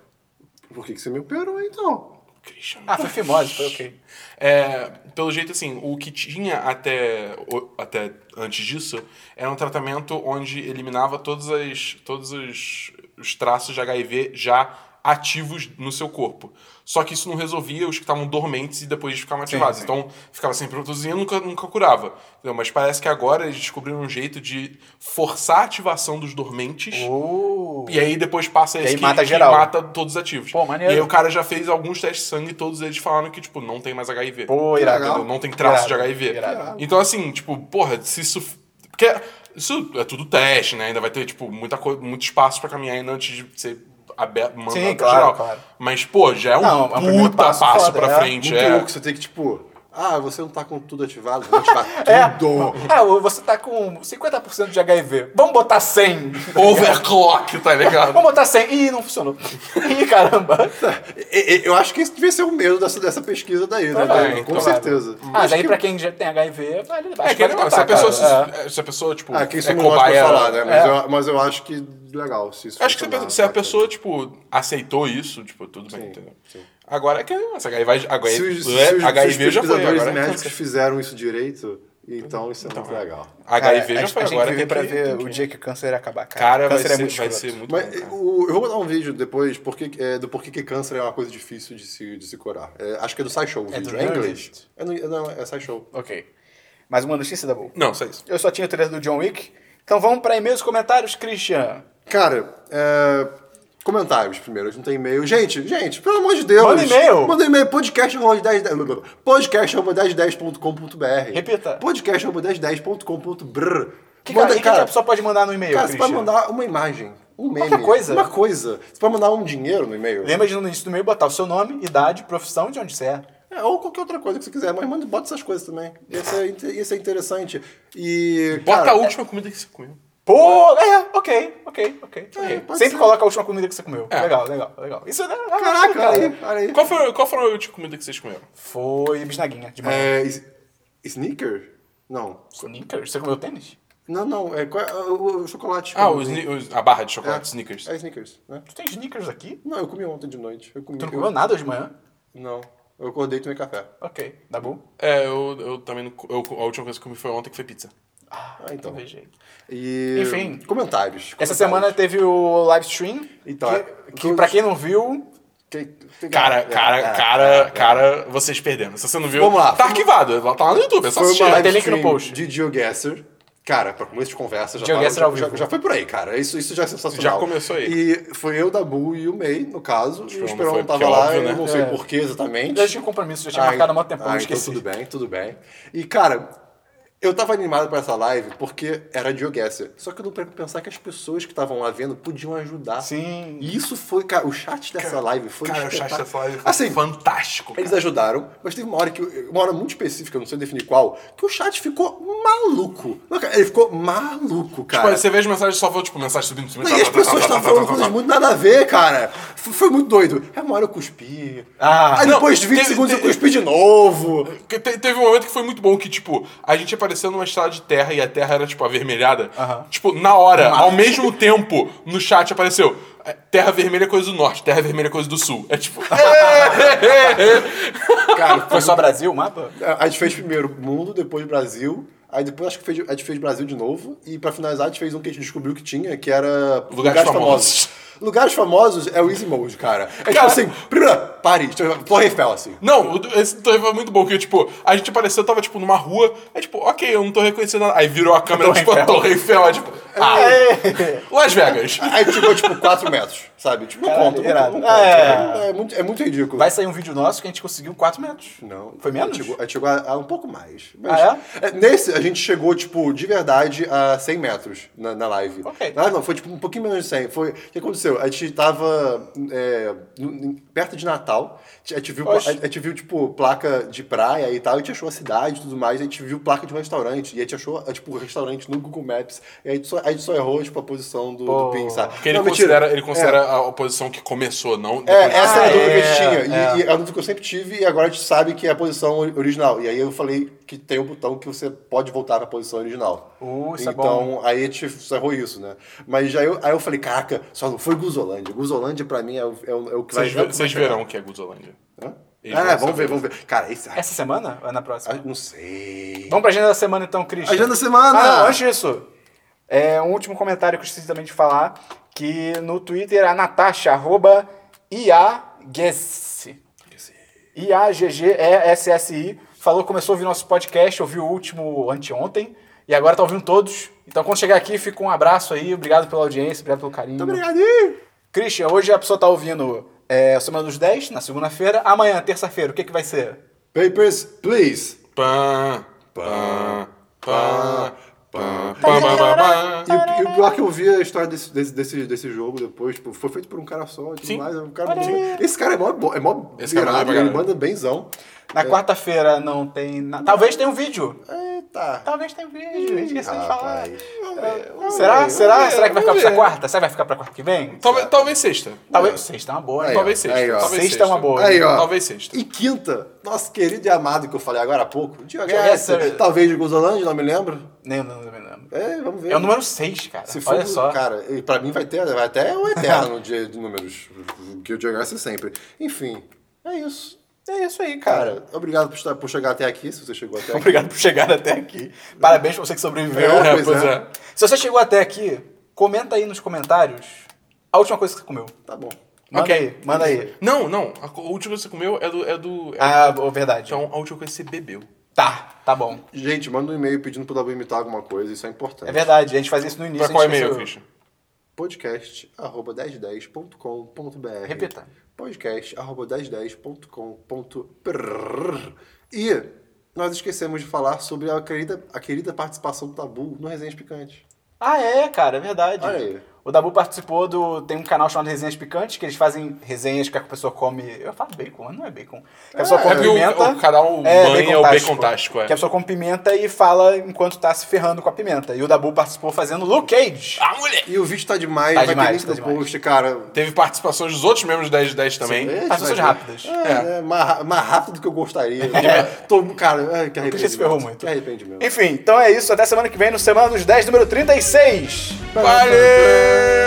Por que, que você me operou então? Christian. Ah, foi fimose, foi ok. É, pelo jeito, assim, o que tinha até, o- até antes disso era um tratamento onde eliminava todas as, todos os, os traços de HIV já ativos no seu corpo. Só que isso não resolvia os que estavam dormentes e depois ficavam ativados. sim. Então ficava sempre produzindo e nunca, nunca curava. Entendeu? Mas parece que agora eles descobriram um jeito de forçar a ativação dos dormentes. Oh. E aí depois passa esse aí que, mata que geral. mata todos os ativos. Pô, maneiro. E aí o cara já fez alguns testes de sangue e todos eles falaram que, tipo, não tem mais HIV. Pô, irado. Entendeu? Tá Não tem traço de Irado, HIV. irado. Então, assim, tipo, porra, se isso. Porque isso é tudo teste, né? Ainda vai ter, tipo, muita co... muito espaço pra caminhar ainda antes de ser aberto, mandado Sim, pra claro, geral. claro. Mas, pô, já é um Não, é um primeiro puta passo, passo foda, pra é. frente. Muito É. louco, você tem que tipo. Ah, você não tá com tudo ativado, vou ativar É. tudo. Ah, você tá com 50% de HIV. Vamos botar 100. Overclock, tá ligado? Vamos botar 100. Ih, não funcionou. Ih, caramba. E- e- Eu acho que esse devia ser o medo dessa, dessa pesquisa daí, né? Provável, Dani? Com provável. certeza. Ah, daí que- pra quem já tem HIV, vale, acho É que que, vale não, se tentar, a pessoa, cara. se, se a pessoa tipo, Ah, que isso é não gosta de cobaia- falar, né? Mas, É. eu, mas eu acho que legal. Se isso Eu acho que se funcionar, a pessoa- se a tá? pessoa, tipo, aceitou isso, tipo, tudo bem, entendeu? sim. Agora é que, nossa, HIV, Se HIV, os, se os, se HIV os já foi, pesquisadores agora é médicos câncer. fizeram isso direito, então isso é muito legal. HIV já Cara, foi, a gente agora viver tem pra que- ver tem que- o dia que o câncer acabar, cara. Cara, vai câncer ser, é muito Então vai escroto. ser muito Mas bom, cara. o- eu vou botar um vídeo depois porque, é, do porquê que câncer é uma coisa difícil de se, de se curar. É, acho que é do SciShow o É do vídeo. É em inglês. Nerdist. É no- não, é SciShow. Ok. Mais uma notícia da boa. Não, só isso. Eu só tinha o trailer do John Wick. Então vamos pra e-mails e comentários, Christian. Cara, é, comentários primeiro, a gente não tem e-mail. Gente, gente, pelo amor de Deus. Manda e-mail. Manda e-mail, podcast arroba 10, podcast arroba 1010.com.br. Repita. Podcast arroba 1010.com.br. Que, Manda, cara, e que a pessoa pode mandar no e-mail, Cara, você Christian? pode mandar uma imagem. Um meme. Qualquer coisa. Uma coisa. Você pode mandar um dinheiro no e-mail. Lembra de no início do meio botar o seu nome, idade, profissão, de onde você é. É, ou qualquer outra coisa que você quiser, mas manda, bota essas coisas também. Isso é, inte- isso é interessante. E. Bota cara, é- a última comida que você comeu. Pô, é, ok, ok, ok. ok. pode Sempre ser. coloca a última comida que você comeu. É. Legal, legal, legal. Isso é. Caraca, olha aí, olha aí. Qual foi, qual foi a última comida que vocês comeram? Foi bisnaguinha de manhã. É, is- sneaker? Não. Sneakers? Você comeu tênis? Não, não. É, qual é- o, o chocolate. Ah, Eu- os, sni- os- a barra de é, chocolate, sneakers. É sneakers, né? Tu tem sneakers aqui? Não, eu comi ontem de noite. Eu comi. Tu não eu- comeu nada hoje de manhã? Não. Eu acordei e tomei café. Ok, dá bom? É, eu, eu também. não co- eu- a última coisa que eu comi foi ontem, que foi pizza. Ah, então. não vejo jeito. E. Enfim. Comentários. Essa comentários. semana teve o live stream. Então, que, que todos- pra quem não viu, Que- Cara, é, cara, é, cara, cara, vocês perderam. Se você não viu, Vamos lá. tá arquivado. Ela Tá lá no YouTube, é só Foi assistir. uma live Tem link no stream post. de GeoGuessr. Cara, pra começo de conversa, já, GeoGuessr tava- ao já, vivo. já foi por aí, cara. Isso, isso já é sensacional. Já começou aí. E foi eu, Dabu e o Mei, no caso. e o não Esperão foi, não tava porque é lá, óbvio, eu né? não sei É. porquê exatamente. já tinha um compromisso, já tinha Ah, marcado há muito tempo, ah, eu então esqueci. tudo bem, tudo bem. E, cara, eu tava animado pra essa live porque era GeoGuessr. Só que eu não parei pra pensar que as pessoas que estavam lá vendo podiam ajudar. Sim. E isso foi, cara, o chat dessa live foi Cara, o chat espetacular. dessa live foi Assim, fantástico. eles ajudaram, mas teve uma hora que uma hora muito específica, eu não sei definir qual, que o chat ficou maluco. Não, cara, Ele ficou maluco, Tipo, cara. aí você vê as mensagens só vou, tipo, mensagem subindo, subindo. e as tá, pessoas estavam falando coisas muito nada a ver, cara. F- Foi muito doido. É uma hora eu cuspi. Ah. Aí depois de Não, 20 teve- segundos eu teve- cuspi de novo. Porque te- teve um momento que foi muito bom que, tipo, a gente apareceu numa estrada de terra e a terra era, tipo, avermelhada. Aham. Tipo, na hora, ao mesmo tempo, no chat apareceu. é, Terra vermelha é coisa do norte, terra vermelha é coisa do sul. É tipo. Cara, Foi só Brasil o mapa? a gente fez primeiro mundo, depois Brasil. Aí depois acho que fez- a gente fez Brasil de novo. E pra finalizar, a gente fez um que a gente descobriu que tinha, que era famosos. Lugares famosos é o Easy Mode, cara. É tipo Cara- assim, primeiro, Paris, Torre Eiffel, assim. Não, o do- esse torre foi muito bom, que, tipo, a gente apareceu, tava, tipo, numa rua, aí, tipo, ok, eu não tô reconhecendo nada. Aí virou a câmera, Torre tipo, a Eiffel. Torre Eiffel, aí, tipo, ah, É. Las Vegas. Aí ficou tipo 4 metros, sabe? Tipo, não Caralho, conta, não irado. conta. não conta. É. É. muito, é muito ridículo. Vai sair um vídeo nosso que a gente conseguiu 4 metros. Não. Foi menos? A gente chegou, a, gente chegou a- a um pouco mais. Ah, é? Nesse, a gente chegou, tipo, de verdade a 100 metros na, na live. Ok. Ah, não, foi tipo um pouquinho menos de 100. Foi, o que aconteceu? A gente tava é, no- perto de Natal, a gente, viu, a, Oxe. gente viu, tipo, placa de praia e tal, a gente achou a cidade e tudo mais, a gente viu placa de um restaurante, e a gente achou, tipo, o restaurante no Google Maps, e a gente só, a gente só errou, tipo, a posição do, do pin, sabe? Porque ele Não, mentira. considera, ele considera a oposição que começou, não. É, depois- essa Ah, era a dúvida que a gente é, tinha. E, e a dúvida que eu sempre tive, e agora a gente sabe que é a posição ori- original. E aí eu falei que tem um botão que você pode voltar pra posição original. Uh, isso é então, aí a gente só errou isso, né? Mas já eu, aí eu falei, caraca, só não foi Guzolândia. Guzolândia pra mim é o, é o, é o que vai- Vocês, é o ve- que vocês vai pegar. verão que é Guzolândia. Hã? Eles Ah, vão vamos saber. ver, vamos ver. Cara, esse... Essa semana? Ou é na ah, próxima? Não sei... Vamos pra agenda da semana então, Christian. Agenda da semana! Ah, não, antes disso. É, um último comentário que eu esqueci também de falar. Que no Twitter, a Natasha, arroba IAGS. I-A-G-G-E-S-S-I. Falou, começou a ouvir nosso podcast, ouviu o último anteontem. E agora tá ouvindo todos. Então quando chegar aqui, fica um abraço aí. Obrigado pela audiência, obrigado pelo carinho. Muito obrigado! Ih! Christian, hoje a pessoa tá ouvindo é, Semana dos 10, na segunda-feira. Amanhã, terça-feira, o que, que vai ser? Papers, please! Pã, pã, pã, pã, pã, pã, pã, pã. E o, e o pior que eu vi é a história desse, desse, desse, desse jogo depois, tipo, foi feito por um cara só e tudo Sim. mais. é um cara muito bem- Esse cara é mó, bo- é mó Esse cara manda virado, pra ele caralho. manda benzão. Na quarta-feira não tem. na- Talvez tenha um vídeo. Eita. Talvez tenha um vídeo. Esqueci de falar. Ah, rapaz. Será? Será? ver, Será que vai ficar vamos pra essa ver. quarta? Será que vai ficar pra quarta que vem? Talvez, talvez sexta. Talvez. Sexta é uma boa, Aí, hein? ó. Talvez sexta. Aí, ó. talvez Sexta é uma boa. Aí, ó. Talvez sexta. E quinta, nosso querido e amado que eu falei agora há pouco, Diogo Diogo Hester, Hester. talvez de Gozolândia, não me lembro. Nem eu não me lembro. É, vamos ver. É o número 6, cara. Se for, Olha só. cara, e pra mim vai ter, vai até o eterno de, de números, que o Diogo Hester sempre. Enfim, é isso. É isso aí, cara. Cara, obrigado por, estar- por chegar até aqui, se você chegou até aqui. Obrigado por chegar até aqui. Parabéns pra você que sobreviveu. É, É, pois pois é. é. Se você chegou até aqui, comenta aí nos comentários a última coisa que você comeu. Tá bom. Manda Ok. aí, manda aí. Não, não. A co- a última coisa que você comeu é do. É do é- Ah, oh, verdade. Então, a última coisa que você bebeu. Tá, tá bom. Gente, manda um e-mail pedindo pro Dabu imitar alguma coisa, isso é importante. É verdade, a gente fazia isso no início. Pra qual a gente e-mail, esqueceu. Christian? Podcast arroba 1010.com.br Repita. Podcast arroba 1010.com.br E nós esquecemos de falar sobre a querida, a querida participação do Tabu no Resenhas Picantes. Ah, é, cara, é verdade. Olha aí. O Dabu participou do. Tem um canal chamado Resenhas Picantes, que eles fazem resenhas que a pessoa come. Eu falo bacon, mas não é bacon. Que a pessoa É, come porque o- pimenta. o canal mãe é o Tástico. Bacon Tástico, é. Que a pessoa come pimenta e fala enquanto tá se ferrando com a pimenta. E o Dabu participou fazendo Luke Cage. Ah, moleque! E o vídeo tá demais, Tá vai demais, ter link tá no demais. post, cara. Teve participações dos outros membros do 10 de 10 também. É, As pessoas demais, né? rápidas. É. É, é, mais, ra- mais rápido do que eu gostaria. Todo mundo, cara, ai, que arrependimento. se ferrou muito. Que arrependimento. Enfim, então é isso. Até semana que vem no Semana dos 10, número 36. Valeu!